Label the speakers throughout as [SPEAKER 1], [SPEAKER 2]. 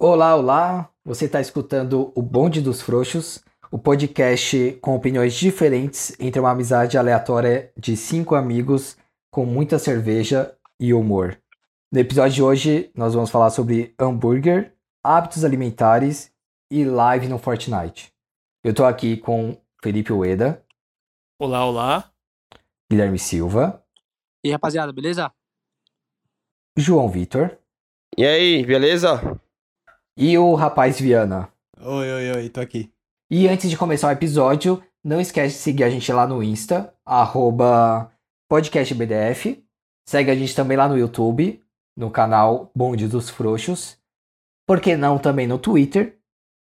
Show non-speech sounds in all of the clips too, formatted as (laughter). [SPEAKER 1] Olá, olá! Você está escutando o Bonde dos Frouxos, o podcast com opiniões diferentes entre uma amizade aleatória de cinco amigos com muita cerveja e humor. No episódio de hoje, nós vamos falar sobre hambúrguer, hábitos alimentares e live no Fortnite. Eu tô aqui com Felipe Ueda,
[SPEAKER 2] Olá, olá.
[SPEAKER 1] Guilherme Silva,
[SPEAKER 3] E aí, rapaziada, beleza?
[SPEAKER 1] João Vitor
[SPEAKER 4] E aí, beleza?
[SPEAKER 1] e o rapaz Viana.
[SPEAKER 5] Oi, oi, oi, tô aqui.
[SPEAKER 1] E antes de começar o episódio, não esquece de seguir a gente lá no Insta, arroba podcastbdf. Segue a gente também lá no YouTube, no canal Bonde dos Frouxos. Por que não também no Twitter,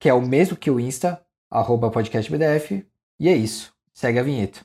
[SPEAKER 1] que é o mesmo que o Insta, arroba podcastbdf. E é isso. Segue a vinheta.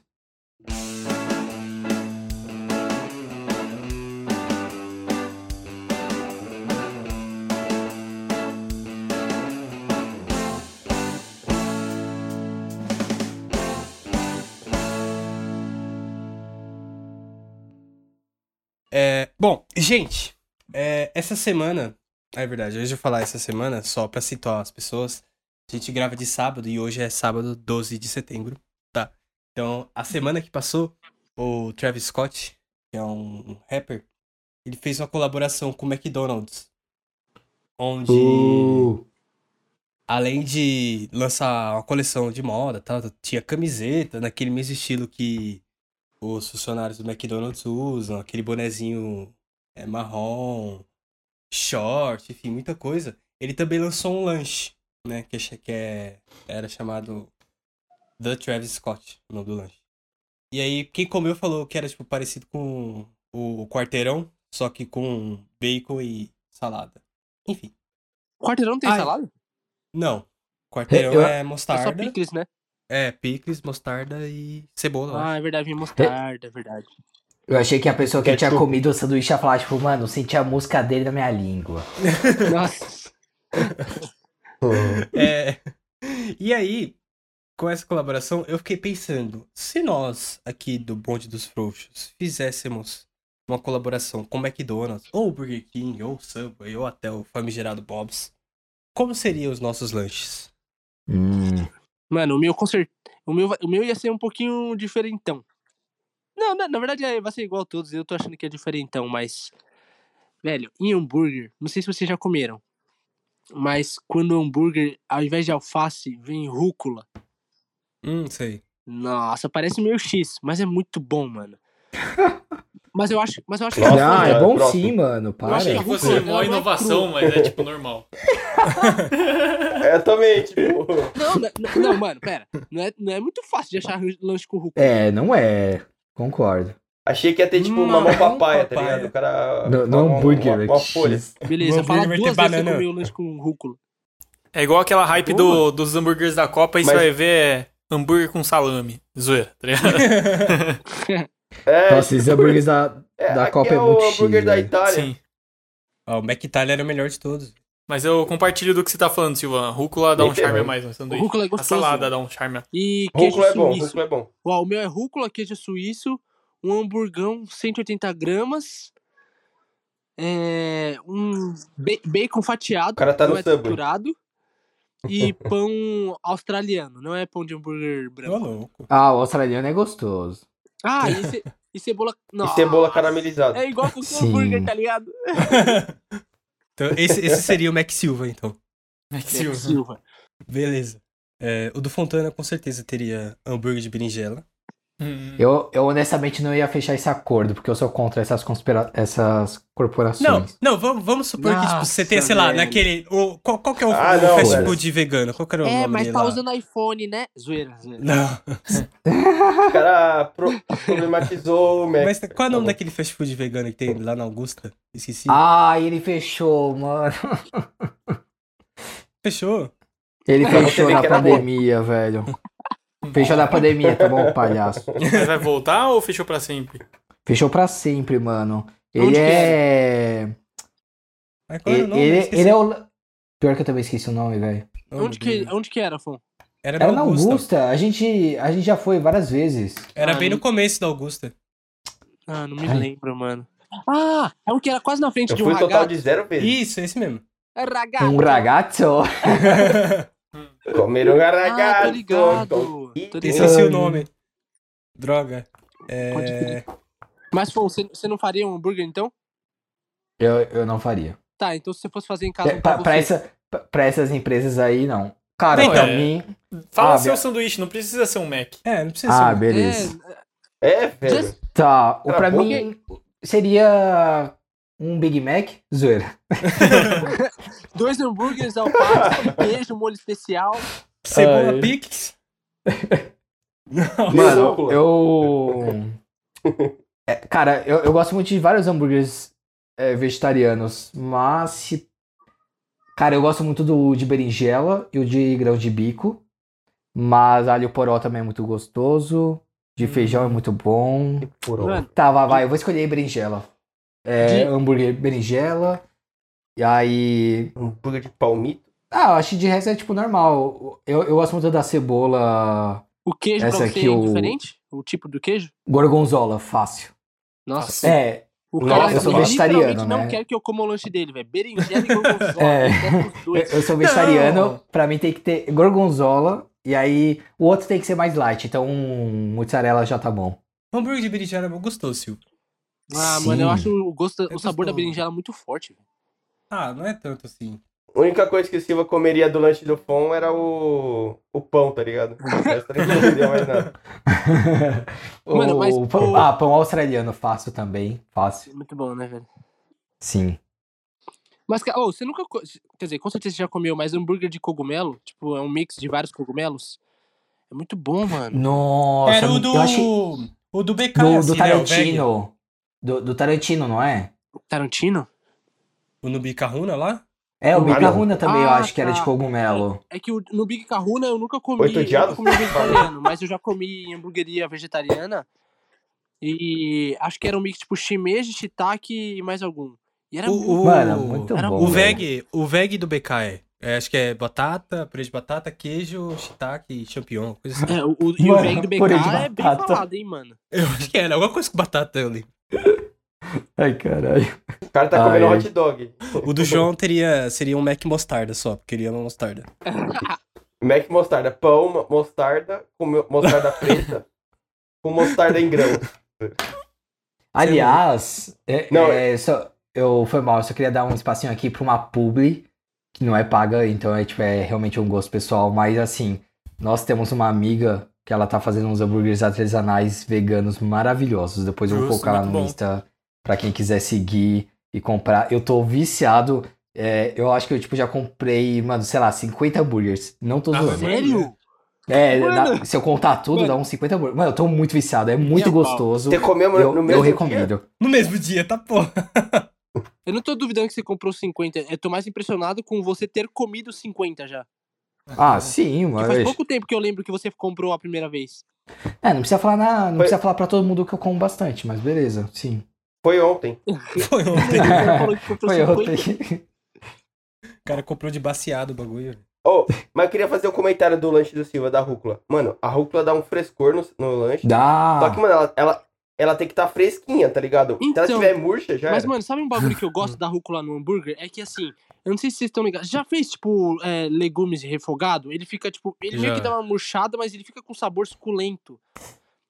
[SPEAKER 5] É, bom, gente, é, essa semana. É verdade, antes de eu falar essa semana, só pra situar as pessoas, a gente grava de sábado e hoje é sábado 12 de setembro, tá? Então, a semana que passou, o Travis Scott, que é um rapper, ele fez uma colaboração com o McDonald's. Onde. Além de lançar uma coleção de moda, tal, tinha camiseta naquele mesmo estilo que os funcionários do McDonald's usam, aquele bonezinho é, marrom, short, enfim, muita coisa. Ele também lançou um lanche, né, que, é cha- que é- era chamado The Travis Scott, o nome do lanche. E aí, quem comeu falou que era, tipo, parecido com o quarteirão, só que com bacon e salada. Enfim,
[SPEAKER 3] Quarteirão não tem
[SPEAKER 5] Ai,
[SPEAKER 3] salada?
[SPEAKER 5] não. Quarteirão
[SPEAKER 1] Eu-
[SPEAKER 5] é
[SPEAKER 3] É só
[SPEAKER 5] mostarda.
[SPEAKER 3] picles, né?
[SPEAKER 5] É, picles, mostarda e cebola. eu acho.
[SPEAKER 3] Ah, é verdade, vem mostarda, é
[SPEAKER 5] (laughs)
[SPEAKER 3] verdade.
[SPEAKER 1] Eu achei que a pessoa que tinha
[SPEAKER 4] Ketchup.
[SPEAKER 1] comido o sanduíche ia falar, tipo, mano, senti a música dele na minha
[SPEAKER 5] (laughs)
[SPEAKER 1] língua.
[SPEAKER 3] Nossa.
[SPEAKER 5] Oh. É. E aí, com essa colaboração, eu fiquei pensando, se nós aqui do Bonde dos Frouxos fizéssemos uma colaboração com McDonald's, ou Burger King, ou Subway, ou até o famigerado Bob's, como seriam os nossos lanches?
[SPEAKER 1] Hum.
[SPEAKER 3] Mano, o meu com cer- O meu, vai- o meu ia ser um pouquinho diferentão. Não, na, na verdade é- vai ser igual a todos. Eu tô achando que é diferentão, mas. Velho, em hambúrguer, não sei se vocês já comeram. Mas quando o hambúrguer, ao invés de alface, vem rúcula.
[SPEAKER 5] Hum, sei.
[SPEAKER 3] Nossa, parece meio X, mas é muito bom, mano.
[SPEAKER 5] (laughs)
[SPEAKER 3] mas eu acho. Mas eu acho que
[SPEAKER 4] Nossa,
[SPEAKER 1] ah, é
[SPEAKER 4] cara,
[SPEAKER 1] bom
[SPEAKER 4] próximo.
[SPEAKER 1] sim, mano. Para.
[SPEAKER 3] achei
[SPEAKER 2] Achei que fosse
[SPEAKER 3] Ela não
[SPEAKER 2] mó
[SPEAKER 3] é
[SPEAKER 2] inovação, mas é tipo normal.
[SPEAKER 4] É, também, tipo.
[SPEAKER 3] Não, não, não, não, mano, pera. Não é, não é muito fácil de achar lanche com rúcula.
[SPEAKER 1] É, não é. Concordo.
[SPEAKER 4] Achei que ia ter, tipo,
[SPEAKER 5] Hum,
[SPEAKER 4] mamão papaya, tá
[SPEAKER 5] papaya.
[SPEAKER 4] ligado? O cara.
[SPEAKER 1] Não, não
[SPEAKER 4] uma-
[SPEAKER 1] hambúrguer,
[SPEAKER 4] Uma,
[SPEAKER 1] é
[SPEAKER 4] uma
[SPEAKER 1] X.
[SPEAKER 4] folha.
[SPEAKER 3] Beleza,
[SPEAKER 5] Meu
[SPEAKER 3] fala duas vezes
[SPEAKER 5] hambúrguer vai ter
[SPEAKER 3] que você
[SPEAKER 5] banana.
[SPEAKER 3] comeu um lanche com rúcula.
[SPEAKER 2] É igual aquela hype do, dos hambúrgueres da Copa e você
[SPEAKER 4] Mas-
[SPEAKER 2] vai ver é hambúrguer com salame. Zoeira, tá ligado?
[SPEAKER 4] É,
[SPEAKER 1] Nossa, esses assim, hambúrgueres da,
[SPEAKER 4] é,
[SPEAKER 1] da
[SPEAKER 4] aqui
[SPEAKER 1] Copa
[SPEAKER 4] é,
[SPEAKER 1] é muito
[SPEAKER 4] o hambúrguer
[SPEAKER 1] X,
[SPEAKER 4] da
[SPEAKER 1] velho.
[SPEAKER 4] Itália.
[SPEAKER 2] Sim.
[SPEAKER 5] Ó, Ah, o McItalia era o melhor de todos.
[SPEAKER 2] Mas eu compartilho do que você tá falando, Silvan. Rúcula dá um
[SPEAKER 4] Nem
[SPEAKER 2] charme a
[SPEAKER 4] ferrando.
[SPEAKER 2] mais no
[SPEAKER 3] O
[SPEAKER 2] sanduíche.
[SPEAKER 3] rúcula é
[SPEAKER 2] a
[SPEAKER 3] gostoso.
[SPEAKER 2] salada
[SPEAKER 3] velho.
[SPEAKER 2] dá um charme. a-
[SPEAKER 3] E queijo
[SPEAKER 4] Rúcula é bom,
[SPEAKER 3] suíço.
[SPEAKER 4] rúcula é bom.
[SPEAKER 3] Ó, o meu é rúcula, queijo suíço, um hamburgão 180 gramas, é, um ba- bacon fatiado,
[SPEAKER 4] O cara tá
[SPEAKER 3] não
[SPEAKER 4] no
[SPEAKER 3] é
[SPEAKER 4] Subway.
[SPEAKER 3] triturado,
[SPEAKER 4] (laughs)
[SPEAKER 3] e pão australiano, não é pão de hambúrguer
[SPEAKER 5] Ô,
[SPEAKER 3] branco.
[SPEAKER 5] louco.
[SPEAKER 1] Ah, o australiano é gostoso.
[SPEAKER 3] Ah, e, ce- e cebola...
[SPEAKER 4] (laughs) E
[SPEAKER 3] Nossa,
[SPEAKER 4] cebola caramelizada.
[SPEAKER 3] É igual com o
[SPEAKER 1] Sim.
[SPEAKER 3] hambúrguer, tá ligado?
[SPEAKER 5] Então, esse, esse seria o Mac Silva, então.
[SPEAKER 2] Mac Silva.
[SPEAKER 3] É, Silva.
[SPEAKER 5] Beleza. É, o do Fontana com certeza teria hambúrguer de berinjela.
[SPEAKER 2] Hum.
[SPEAKER 1] Eu, eu honestamente não ia fechar esse acordo, porque eu sou contra essas, conspira... essas
[SPEAKER 5] Não,
[SPEAKER 1] corporações.
[SPEAKER 5] não, vamos, vamos supor que tipo, você
[SPEAKER 3] Nossa,
[SPEAKER 5] tenha, sei lá,
[SPEAKER 3] velho.
[SPEAKER 5] naquele. O, qual, qual que é o,
[SPEAKER 4] Ah,
[SPEAKER 5] o
[SPEAKER 4] não,
[SPEAKER 5] fast
[SPEAKER 4] velho.
[SPEAKER 5] food vegano? Qual que era o
[SPEAKER 3] É,
[SPEAKER 5] nome
[SPEAKER 3] mas
[SPEAKER 5] dele
[SPEAKER 3] tá
[SPEAKER 5] lá?
[SPEAKER 3] usando iPhone, né? Zoeira, zoeira.
[SPEAKER 5] Não.
[SPEAKER 4] O cara pro- problematizou o Mac.
[SPEAKER 5] (laughs) Mas qual é o nome
[SPEAKER 4] Tá bom.
[SPEAKER 5] daquele fast food vegano que tem lá na Augusta? Esqueci.
[SPEAKER 1] Ah, ele fechou, mano.
[SPEAKER 5] Fechou?
[SPEAKER 1] Ele
[SPEAKER 4] Pra você
[SPEAKER 1] fechou
[SPEAKER 4] ver
[SPEAKER 1] na
[SPEAKER 4] que era bom.
[SPEAKER 1] pandemia, velho. Fechou na pandemia, tá bom, palhaço?
[SPEAKER 2] Mas vai voltar ou fechou pra sempre?
[SPEAKER 1] Fechou pra sempre, mano.
[SPEAKER 3] Onde
[SPEAKER 1] Ele
[SPEAKER 3] que
[SPEAKER 1] é.
[SPEAKER 5] Mas qual era o
[SPEAKER 1] Ele,
[SPEAKER 5] nome? Eu
[SPEAKER 1] ele,
[SPEAKER 5] esqueci
[SPEAKER 1] ele é o. Pior que eu também esqueci o nome, velho.
[SPEAKER 5] o nome
[SPEAKER 3] Onde que,
[SPEAKER 5] dele.
[SPEAKER 3] onde que era, Fon?
[SPEAKER 5] Era,
[SPEAKER 1] Era
[SPEAKER 5] na
[SPEAKER 1] na
[SPEAKER 5] Augusta.
[SPEAKER 1] Augusta, a gente, a gente já foi várias vezes.
[SPEAKER 5] Era
[SPEAKER 3] Ah,
[SPEAKER 5] bem
[SPEAKER 3] não-
[SPEAKER 5] no começo da Augusta.
[SPEAKER 3] Ah, não me
[SPEAKER 1] Ai.
[SPEAKER 3] lembro, mano. Ah, é um que era quase na frente
[SPEAKER 4] Eu
[SPEAKER 3] de um É,
[SPEAKER 4] fui total
[SPEAKER 3] ragado.
[SPEAKER 4] de zero vezes.
[SPEAKER 5] Isso, esse mesmo.
[SPEAKER 3] Ragazzo.
[SPEAKER 1] Um ragazzo.
[SPEAKER 4] Comer
[SPEAKER 3] Ah,
[SPEAKER 4] um
[SPEAKER 3] tô
[SPEAKER 4] garagato.
[SPEAKER 3] ligado. Tô
[SPEAKER 5] Eu
[SPEAKER 1] Isso
[SPEAKER 3] ligado.
[SPEAKER 5] esqueci o
[SPEAKER 1] Ai.
[SPEAKER 5] nome. Droga. É,
[SPEAKER 3] Pode pedir. Mas, Fon, você você não faria um hambúrguer, então?
[SPEAKER 1] Eu, eu não faria. É,
[SPEAKER 3] Tá, então se você fosse fazer em casa... um
[SPEAKER 1] pra,
[SPEAKER 3] pra
[SPEAKER 1] pra
[SPEAKER 3] você-
[SPEAKER 1] essa, pra- pra essas empresas aí, não. Cara,
[SPEAKER 2] Então,
[SPEAKER 1] pra
[SPEAKER 2] é.
[SPEAKER 1] mim.
[SPEAKER 2] Fala
[SPEAKER 1] Ah,
[SPEAKER 2] seu
[SPEAKER 1] minha-
[SPEAKER 2] sanduíche, não precisa ser um Mac.
[SPEAKER 5] é, não precisa
[SPEAKER 1] Ah,
[SPEAKER 5] ser.
[SPEAKER 1] beleza.
[SPEAKER 3] É,
[SPEAKER 4] É, velho.
[SPEAKER 3] just-
[SPEAKER 1] Tá. O, pra
[SPEAKER 4] Travou?
[SPEAKER 1] mim seria um Big Mac? Zoeira.
[SPEAKER 3] dois hambúrgueres ao passo, um queijo, molho especial.
[SPEAKER 5] Cebola
[SPEAKER 1] Ai.
[SPEAKER 5] Pix. Não.
[SPEAKER 1] Mano,
[SPEAKER 4] Rúcula.
[SPEAKER 1] eu. (laughs) É, cara, eu, eu gosto muito de vários hambúrgueres é, vegetarianos, mas. se- Cara, eu gosto muito do de berinjela e o de grão de bico. Mas alho poró também é muito gostoso. De feijão é muito bom.
[SPEAKER 4] Tipo,
[SPEAKER 3] Mano,
[SPEAKER 1] Tá, vai, vai, eu vou escolher berinjela. É, hambúrguer berinjela. E aí.
[SPEAKER 4] Um hambúrguer de palmito.
[SPEAKER 1] Ah, eu acho que de resto é tipo normal. Eu, eu gosto muito da cebola
[SPEAKER 3] O queijo
[SPEAKER 1] Essa
[SPEAKER 3] pra
[SPEAKER 1] aqui
[SPEAKER 3] você é
[SPEAKER 1] eu-
[SPEAKER 3] diferente? O tipo do queijo?
[SPEAKER 1] gorgonzola, fácil.
[SPEAKER 3] Nossa.
[SPEAKER 1] É,
[SPEAKER 3] O
[SPEAKER 1] Nossa,
[SPEAKER 3] cara
[SPEAKER 4] eu sou
[SPEAKER 3] ele
[SPEAKER 1] vegetariano,
[SPEAKER 3] literalmente não
[SPEAKER 1] né?
[SPEAKER 3] quer que eu coma o lanche dele, velho. Berinjela e gorgonzola.
[SPEAKER 1] (laughs) É.
[SPEAKER 3] ele quer os
[SPEAKER 1] eu,
[SPEAKER 3] dois.
[SPEAKER 1] eu sou vegetariano, pra mim tem que ter gorgonzola. E aí o outro tem que ser mais light, então um mozzarella já tá bom.
[SPEAKER 5] Hambúrguer de berinjela é bom, gostou, Silvio.
[SPEAKER 3] Ah,
[SPEAKER 1] Sim. É
[SPEAKER 3] mano, eu acho o gosto, o
[SPEAKER 5] gostoso.
[SPEAKER 3] sabor da berinjela muito forte. velho.
[SPEAKER 5] Ah, não é tanto assim.
[SPEAKER 4] A única coisa que o Silva comeria do lanche do Fon era o, o pão, tá ligado? O resto
[SPEAKER 3] (laughs)
[SPEAKER 4] ele não queria mais nada.
[SPEAKER 3] Mano, mas
[SPEAKER 1] O pão-
[SPEAKER 3] o-
[SPEAKER 1] Ah, pão australiano fácil também, fácil.
[SPEAKER 3] Muito bom, né, velho?
[SPEAKER 1] Sim.
[SPEAKER 3] Mas, ca- ô, você nunca. co- Quer dizer, com certeza você já comeu, mas hambúrguer de cogumelo, tipo, é um mix de vários cogumelos. É muito bom, mano.
[SPEAKER 1] Nossa,
[SPEAKER 5] Era o do.
[SPEAKER 1] eu achei...
[SPEAKER 5] O do BK,
[SPEAKER 1] do, do
[SPEAKER 5] assim, né, o velho.
[SPEAKER 1] Tarantino. Do, do Tarantino, não é?
[SPEAKER 3] Tarantino?
[SPEAKER 5] O no Bicarruna lá?
[SPEAKER 1] É, o
[SPEAKER 4] Ah, não.
[SPEAKER 1] Bicarruna também eu
[SPEAKER 3] Ah,
[SPEAKER 1] acho que era de
[SPEAKER 3] tá.
[SPEAKER 1] cogumelo.
[SPEAKER 3] É que o- no Big Kahuna eu nunca comi.
[SPEAKER 4] Oito
[SPEAKER 3] eu
[SPEAKER 4] diabos?
[SPEAKER 3] nunca
[SPEAKER 1] (laughs)
[SPEAKER 3] comi vegetariano, mas eu já comi em hamburgueria vegetariana. E acho que era um mix tipo shimeji, shiitake e mais algum. E era muito
[SPEAKER 5] O, o...
[SPEAKER 1] Mano, muito
[SPEAKER 3] era
[SPEAKER 1] bom.
[SPEAKER 5] O
[SPEAKER 3] Bom,
[SPEAKER 5] veg, o veg do BK é, é, acho que é batata, purê de batata, queijo, shiitake e champignon, coisa assim. (laughs)
[SPEAKER 3] É, o, o- e
[SPEAKER 1] Mano,
[SPEAKER 3] o bag do BK
[SPEAKER 1] purê de (laughs)
[SPEAKER 3] é bem
[SPEAKER 1] batata.
[SPEAKER 3] falado, hein, mano.
[SPEAKER 5] Eu acho que era alguma coisa com batata eu li.
[SPEAKER 1] Ai, caralho.
[SPEAKER 4] O cara tá
[SPEAKER 1] Ai,
[SPEAKER 4] comendo
[SPEAKER 1] ai.
[SPEAKER 4] hot dog.
[SPEAKER 5] O do João teria, seria um Mac mostarda só, porque ele ama mostarda.
[SPEAKER 4] Mac mostarda. Pão, mo- mostarda, com mo- mostarda
[SPEAKER 1] (laughs)
[SPEAKER 4] preta, com mostarda em grão.
[SPEAKER 1] Aliás, é-
[SPEAKER 4] Não,
[SPEAKER 1] é, só- eu foi mal, eu só queria dar um espacinho aqui pra uma publi, que não é paga, então é, tipo, é realmente um gosto pessoal, mas assim, nós temos uma amiga que ela tá fazendo uns hambúrgueres artesanais veganos maravilhosos. Depois eu vou
[SPEAKER 2] Justo,
[SPEAKER 1] colocar lá
[SPEAKER 2] muito
[SPEAKER 1] no
[SPEAKER 2] bom.
[SPEAKER 1] Insta pra quem quiser seguir e comprar. Eu tô viciado. é, eu acho que eu tipo, já comprei, mano, sei lá, 50 hambúrgueres. Não tô
[SPEAKER 5] Ah,
[SPEAKER 1] zoando.
[SPEAKER 5] mas
[SPEAKER 3] Sério?
[SPEAKER 1] É,
[SPEAKER 3] Mano.
[SPEAKER 1] dá- se eu contar tudo,
[SPEAKER 3] Mano.
[SPEAKER 1] dá uns 50 hambúrgueres. Mano, eu tô muito viciado, é muito
[SPEAKER 3] Minha pau.
[SPEAKER 1] gostoso.
[SPEAKER 4] Você comeu no
[SPEAKER 1] Eu, eu
[SPEAKER 4] mesmo dia?
[SPEAKER 1] recomendo.
[SPEAKER 5] No mesmo dia, tá (laughs) porra.
[SPEAKER 3] Eu não tô duvidando que você comprou 50. Eu tô mais impressionado com você ter comido 50 já.
[SPEAKER 1] Ah, sim,
[SPEAKER 3] Que faz
[SPEAKER 1] mas.
[SPEAKER 3] pouco tempo que eu lembro que você comprou a
[SPEAKER 1] (laughs)
[SPEAKER 3] primeira vez.
[SPEAKER 1] É, não precisa falar na, não
[SPEAKER 4] Foi-
[SPEAKER 1] precisa falar pra todo mundo que eu como bastante, mas beleza, sim.
[SPEAKER 2] Tipo
[SPEAKER 4] Foi ontem.
[SPEAKER 5] Foi ontem.
[SPEAKER 3] Você falou que comprou
[SPEAKER 2] assim,
[SPEAKER 1] Foi
[SPEAKER 3] 50.
[SPEAKER 1] ontem.
[SPEAKER 4] (laughs)
[SPEAKER 5] O cara comprou de baseado o bagulho.
[SPEAKER 4] Oh, mas eu queria fazer um comentário do lanche do Silva, da rúcula. Mano, a rúcula dá um frescor no, no lanche. Só
[SPEAKER 1] Dá.
[SPEAKER 4] que, mano, ela, ela, ela tem que estar fresquinha, tá ligado? Se ela
[SPEAKER 3] Então,
[SPEAKER 4] tiver murcha, já
[SPEAKER 3] Mas,
[SPEAKER 4] era.
[SPEAKER 3] mano, sabe um bagulho que eu
[SPEAKER 1] Hum.
[SPEAKER 3] gosto da rúcula no hambúrguer? É que assim, eu não sei se vocês estão ligados. Já fez, tipo, é, legumes refogado? Ele fica, tipo, ele meio
[SPEAKER 5] Já.
[SPEAKER 3] que dá uma murchada, mas ele fica com sabor suculento.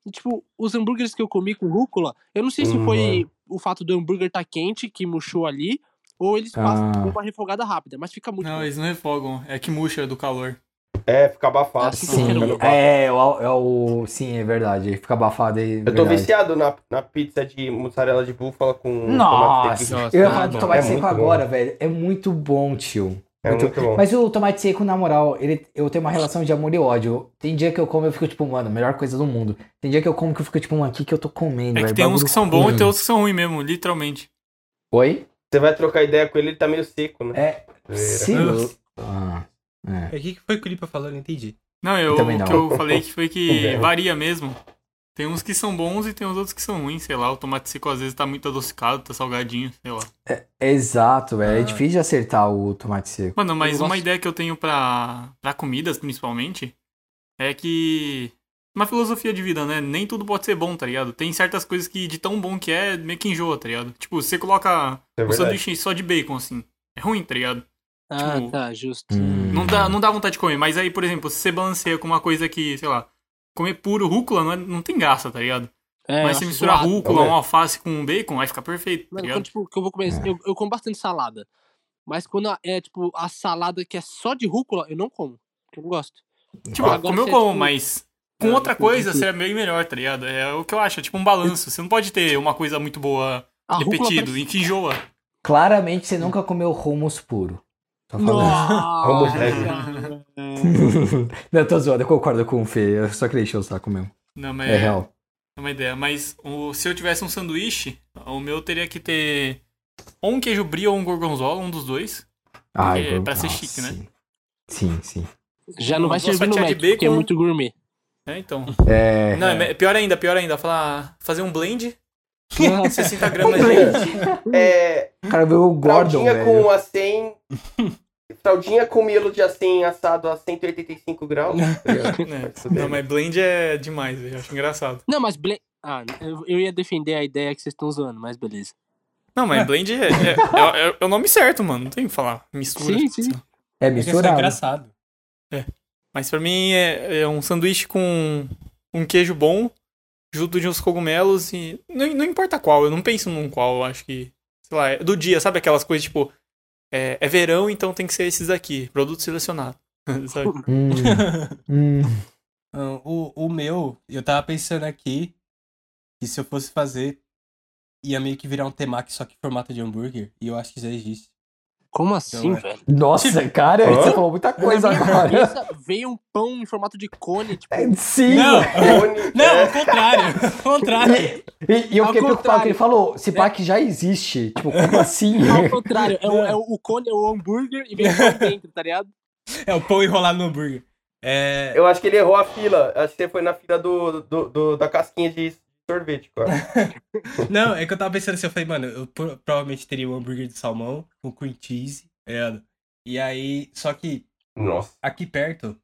[SPEAKER 3] E, tipo, os hambúrgueres que eu comi com rúcula, eu não sei se
[SPEAKER 4] Hum,
[SPEAKER 3] foi
[SPEAKER 1] Uhum.
[SPEAKER 3] o fato do hambúrguer estar quente, que murchou ali, ou eles passam
[SPEAKER 1] Ah.
[SPEAKER 3] uma refogada rápida, mas fica muito.
[SPEAKER 2] Não,
[SPEAKER 3] bom.
[SPEAKER 2] eles não refogam. É que murcha do calor.
[SPEAKER 4] É, fica abafado.
[SPEAKER 3] Assim,
[SPEAKER 4] fica
[SPEAKER 1] Sim,
[SPEAKER 4] no
[SPEAKER 3] quero-
[SPEAKER 4] bafo.
[SPEAKER 1] é, é o, é o. Sim, é verdade. Fica abafado aí. é
[SPEAKER 4] Eu tô
[SPEAKER 1] verdade.
[SPEAKER 4] viciado na, na pizza de mussarela de búfala com tomate
[SPEAKER 1] Nossa,
[SPEAKER 4] seco.
[SPEAKER 5] Nossa,
[SPEAKER 1] eu ia
[SPEAKER 5] tá
[SPEAKER 1] falar do
[SPEAKER 5] bom.
[SPEAKER 1] tomate
[SPEAKER 4] É
[SPEAKER 1] seco
[SPEAKER 4] muito bom.
[SPEAKER 1] agora, velho. É muito bom, tio.
[SPEAKER 4] É muito bom.
[SPEAKER 1] Mas o tomate seco, na moral, ele, eu tenho uma relação de amor e ódio. Tem dia que eu como eu fico tipo, mano, melhor coisa do mundo. Tem dia que eu como que eu fico tipo, mano, o que, que eu tô comendo,
[SPEAKER 2] É
[SPEAKER 1] velho?
[SPEAKER 2] que tem uns
[SPEAKER 1] Bagulho
[SPEAKER 2] que são bons
[SPEAKER 1] ruim.
[SPEAKER 2] e tem outros que são ruins mesmo, literalmente.
[SPEAKER 1] Oi?
[SPEAKER 4] Você vai trocar ideia com ele, ele tá meio seco, né?
[SPEAKER 1] É,
[SPEAKER 4] Zoeira.
[SPEAKER 1] sim.
[SPEAKER 2] Nossa.
[SPEAKER 1] Ah, é.
[SPEAKER 5] É, O que que foi que o Lipa falou? Eu não entendi.
[SPEAKER 2] Não, eu,
[SPEAKER 1] Eu também
[SPEAKER 2] o
[SPEAKER 1] não.
[SPEAKER 2] que eu falei que foi
[SPEAKER 4] (laughs)
[SPEAKER 2] que
[SPEAKER 4] Não.
[SPEAKER 2] varia mesmo. Tem uns que são bons e tem uns outros que são ruins, sei lá. O tomate seco às vezes tá muito adocicado, tá salgadinho, sei lá.
[SPEAKER 1] Exato, velho. É
[SPEAKER 5] Ah.
[SPEAKER 1] difícil de acertar o tomate seco.
[SPEAKER 2] Mano, mas
[SPEAKER 3] gosto-
[SPEAKER 2] uma ideia que eu tenho pra, pra comidas, principalmente, é que. Uma filosofia de vida, né? Nem tudo pode ser bom, tá ligado? Tem certas coisas que, de tão bom que é, meio que enjoa, tá ligado? Tipo, você coloca
[SPEAKER 4] É
[SPEAKER 2] um
[SPEAKER 4] verdade.
[SPEAKER 2] sanduíche só de bacon, assim. É ruim, tá ligado?
[SPEAKER 3] Ah,
[SPEAKER 2] Tipo,
[SPEAKER 3] tá, justo.
[SPEAKER 4] Uhum.
[SPEAKER 1] Hum.
[SPEAKER 2] Não dá, não dá vontade de comer, mas aí, por exemplo, se você balanceia com uma coisa que, sei lá, comer puro rúcula não, é- não tem graça, tá ligado?
[SPEAKER 3] É,
[SPEAKER 2] mas
[SPEAKER 3] eu
[SPEAKER 2] se
[SPEAKER 3] acho
[SPEAKER 2] misturar
[SPEAKER 3] zoado.
[SPEAKER 2] rúcula,
[SPEAKER 4] Também.
[SPEAKER 2] um alface com um bacon, aí fica perfeito, tá
[SPEAKER 3] Mano, quando,
[SPEAKER 2] ligado?
[SPEAKER 3] tipo, que eu vou comer. Eu, eu como bastante salada. Mas quando a- é, tipo, a salada que é só de rúcula, eu não como. Porque eu não gosto.
[SPEAKER 2] Tipo,
[SPEAKER 3] Agora
[SPEAKER 2] como eu
[SPEAKER 3] você,
[SPEAKER 2] como,
[SPEAKER 3] tipo,
[SPEAKER 2] mas com
[SPEAKER 3] é,
[SPEAKER 2] outra
[SPEAKER 3] tipo,
[SPEAKER 2] coisa
[SPEAKER 3] tipo-
[SPEAKER 2] seria bem melhor, tá ligado? É o que eu acho, é tipo um balanço. Você não pode ter uma coisa muito boa
[SPEAKER 3] A rúcula.
[SPEAKER 2] repetido,
[SPEAKER 3] parece-
[SPEAKER 2] e que enjoa.
[SPEAKER 1] Claramente você nunca comeu hummus puro. Só falando.
[SPEAKER 4] Vamos
[SPEAKER 3] Nossa!
[SPEAKER 4] ver.
[SPEAKER 3] cara.
[SPEAKER 1] Não, tô zoando, eu concordo com o Fê. Eu só queria encher o saco mesmo.
[SPEAKER 2] Não, mas
[SPEAKER 1] É, real.
[SPEAKER 2] É uma ideia, mas o- se eu tivesse um sanduíche, o meu teria que ter ou um queijo brie ou um gorgonzola, um dos dois.
[SPEAKER 1] Ai,
[SPEAKER 2] É,
[SPEAKER 1] vou-
[SPEAKER 2] pra ser
[SPEAKER 1] nossa,
[SPEAKER 2] chique, né?
[SPEAKER 1] Sim, sim. sim.
[SPEAKER 3] Já não vai
[SPEAKER 2] Duas
[SPEAKER 3] servir no
[SPEAKER 2] fatias de
[SPEAKER 3] Mac, porque é
[SPEAKER 2] bacon.
[SPEAKER 3] muito gourmet.
[SPEAKER 2] É, então.
[SPEAKER 1] É.
[SPEAKER 2] Não, é pior ainda, pior ainda. Falar, fazer
[SPEAKER 1] (laughs)
[SPEAKER 2] um blend, 60
[SPEAKER 1] Um
[SPEAKER 2] gramas de. né?
[SPEAKER 1] blend.
[SPEAKER 4] É,
[SPEAKER 1] O cara veio o Gordon,
[SPEAKER 4] fraldinha
[SPEAKER 1] velho.
[SPEAKER 4] é com
[SPEAKER 1] (laughs)
[SPEAKER 4] a 100... Fraldinha com miolo de assim assado a
[SPEAKER 1] (laughs)
[SPEAKER 4] 185 graus. Tá
[SPEAKER 2] né? Não, mas blend é demais, eu acho engraçado.
[SPEAKER 3] Não, mas. Ble... Ah, eu, eu ia defender a ideia que vocês estão usando, mas beleza.
[SPEAKER 2] Não, mas blend é, é- é- é o nome certo, mano. Não tem o que falar. Mistura.
[SPEAKER 3] Sim, sim.
[SPEAKER 1] É
[SPEAKER 5] É que isso é
[SPEAKER 1] misturado.
[SPEAKER 5] engraçado.
[SPEAKER 2] Mas pra mim é, é um sanduíche com um queijo bom, junto de uns cogumelos e. Não, não importa qual, eu não penso num qual, eu acho que. Sei lá, é do dia, sabe aquelas coisas tipo. É, é verão, então tem que ser esses aqui, produto selecionado. (laughs) sabe?
[SPEAKER 1] Hum, hum.
[SPEAKER 5] Ah, O, o meu, eu tava pensando aqui que se eu fosse fazer, ia meio que virar um temaki só que em formato de hambúrguer. E eu acho que já existe.
[SPEAKER 3] Como assim,
[SPEAKER 5] Então, é.
[SPEAKER 3] velho?
[SPEAKER 1] Nossa, cara,
[SPEAKER 4] Hã?
[SPEAKER 1] você falou muita coisa
[SPEAKER 3] Na minha
[SPEAKER 1] agora.
[SPEAKER 3] cabeça veio um pão em formato de cone, tipo.
[SPEAKER 1] Sim.
[SPEAKER 4] Cone,
[SPEAKER 5] não,
[SPEAKER 4] é,
[SPEAKER 5] ao contrário. (laughs) Ao contrário.
[SPEAKER 1] E, e eu
[SPEAKER 3] Ao
[SPEAKER 1] fiquei preocupado
[SPEAKER 3] contrário.
[SPEAKER 1] que ele falou, esse pack já existe. Tipo, como assim?
[SPEAKER 3] (laughs) Ao contrário, é o, é o- o cone, é o hambúrguer e vem
[SPEAKER 2] (laughs)
[SPEAKER 3] o pão dentro, tá ligado?
[SPEAKER 5] É o pão enrolado no hambúrguer. É,
[SPEAKER 4] Eu acho que ele errou a fila. Acho que você foi na fila do, do- do- da casquinha de sorvete, cara.
[SPEAKER 5] Não, é que eu tava pensando assim, eu falei, mano, eu pro- provavelmente teria um hambúrguer de salmão com cream cheese, tá ligado? E aí, só que
[SPEAKER 4] Nossa.
[SPEAKER 5] aqui perto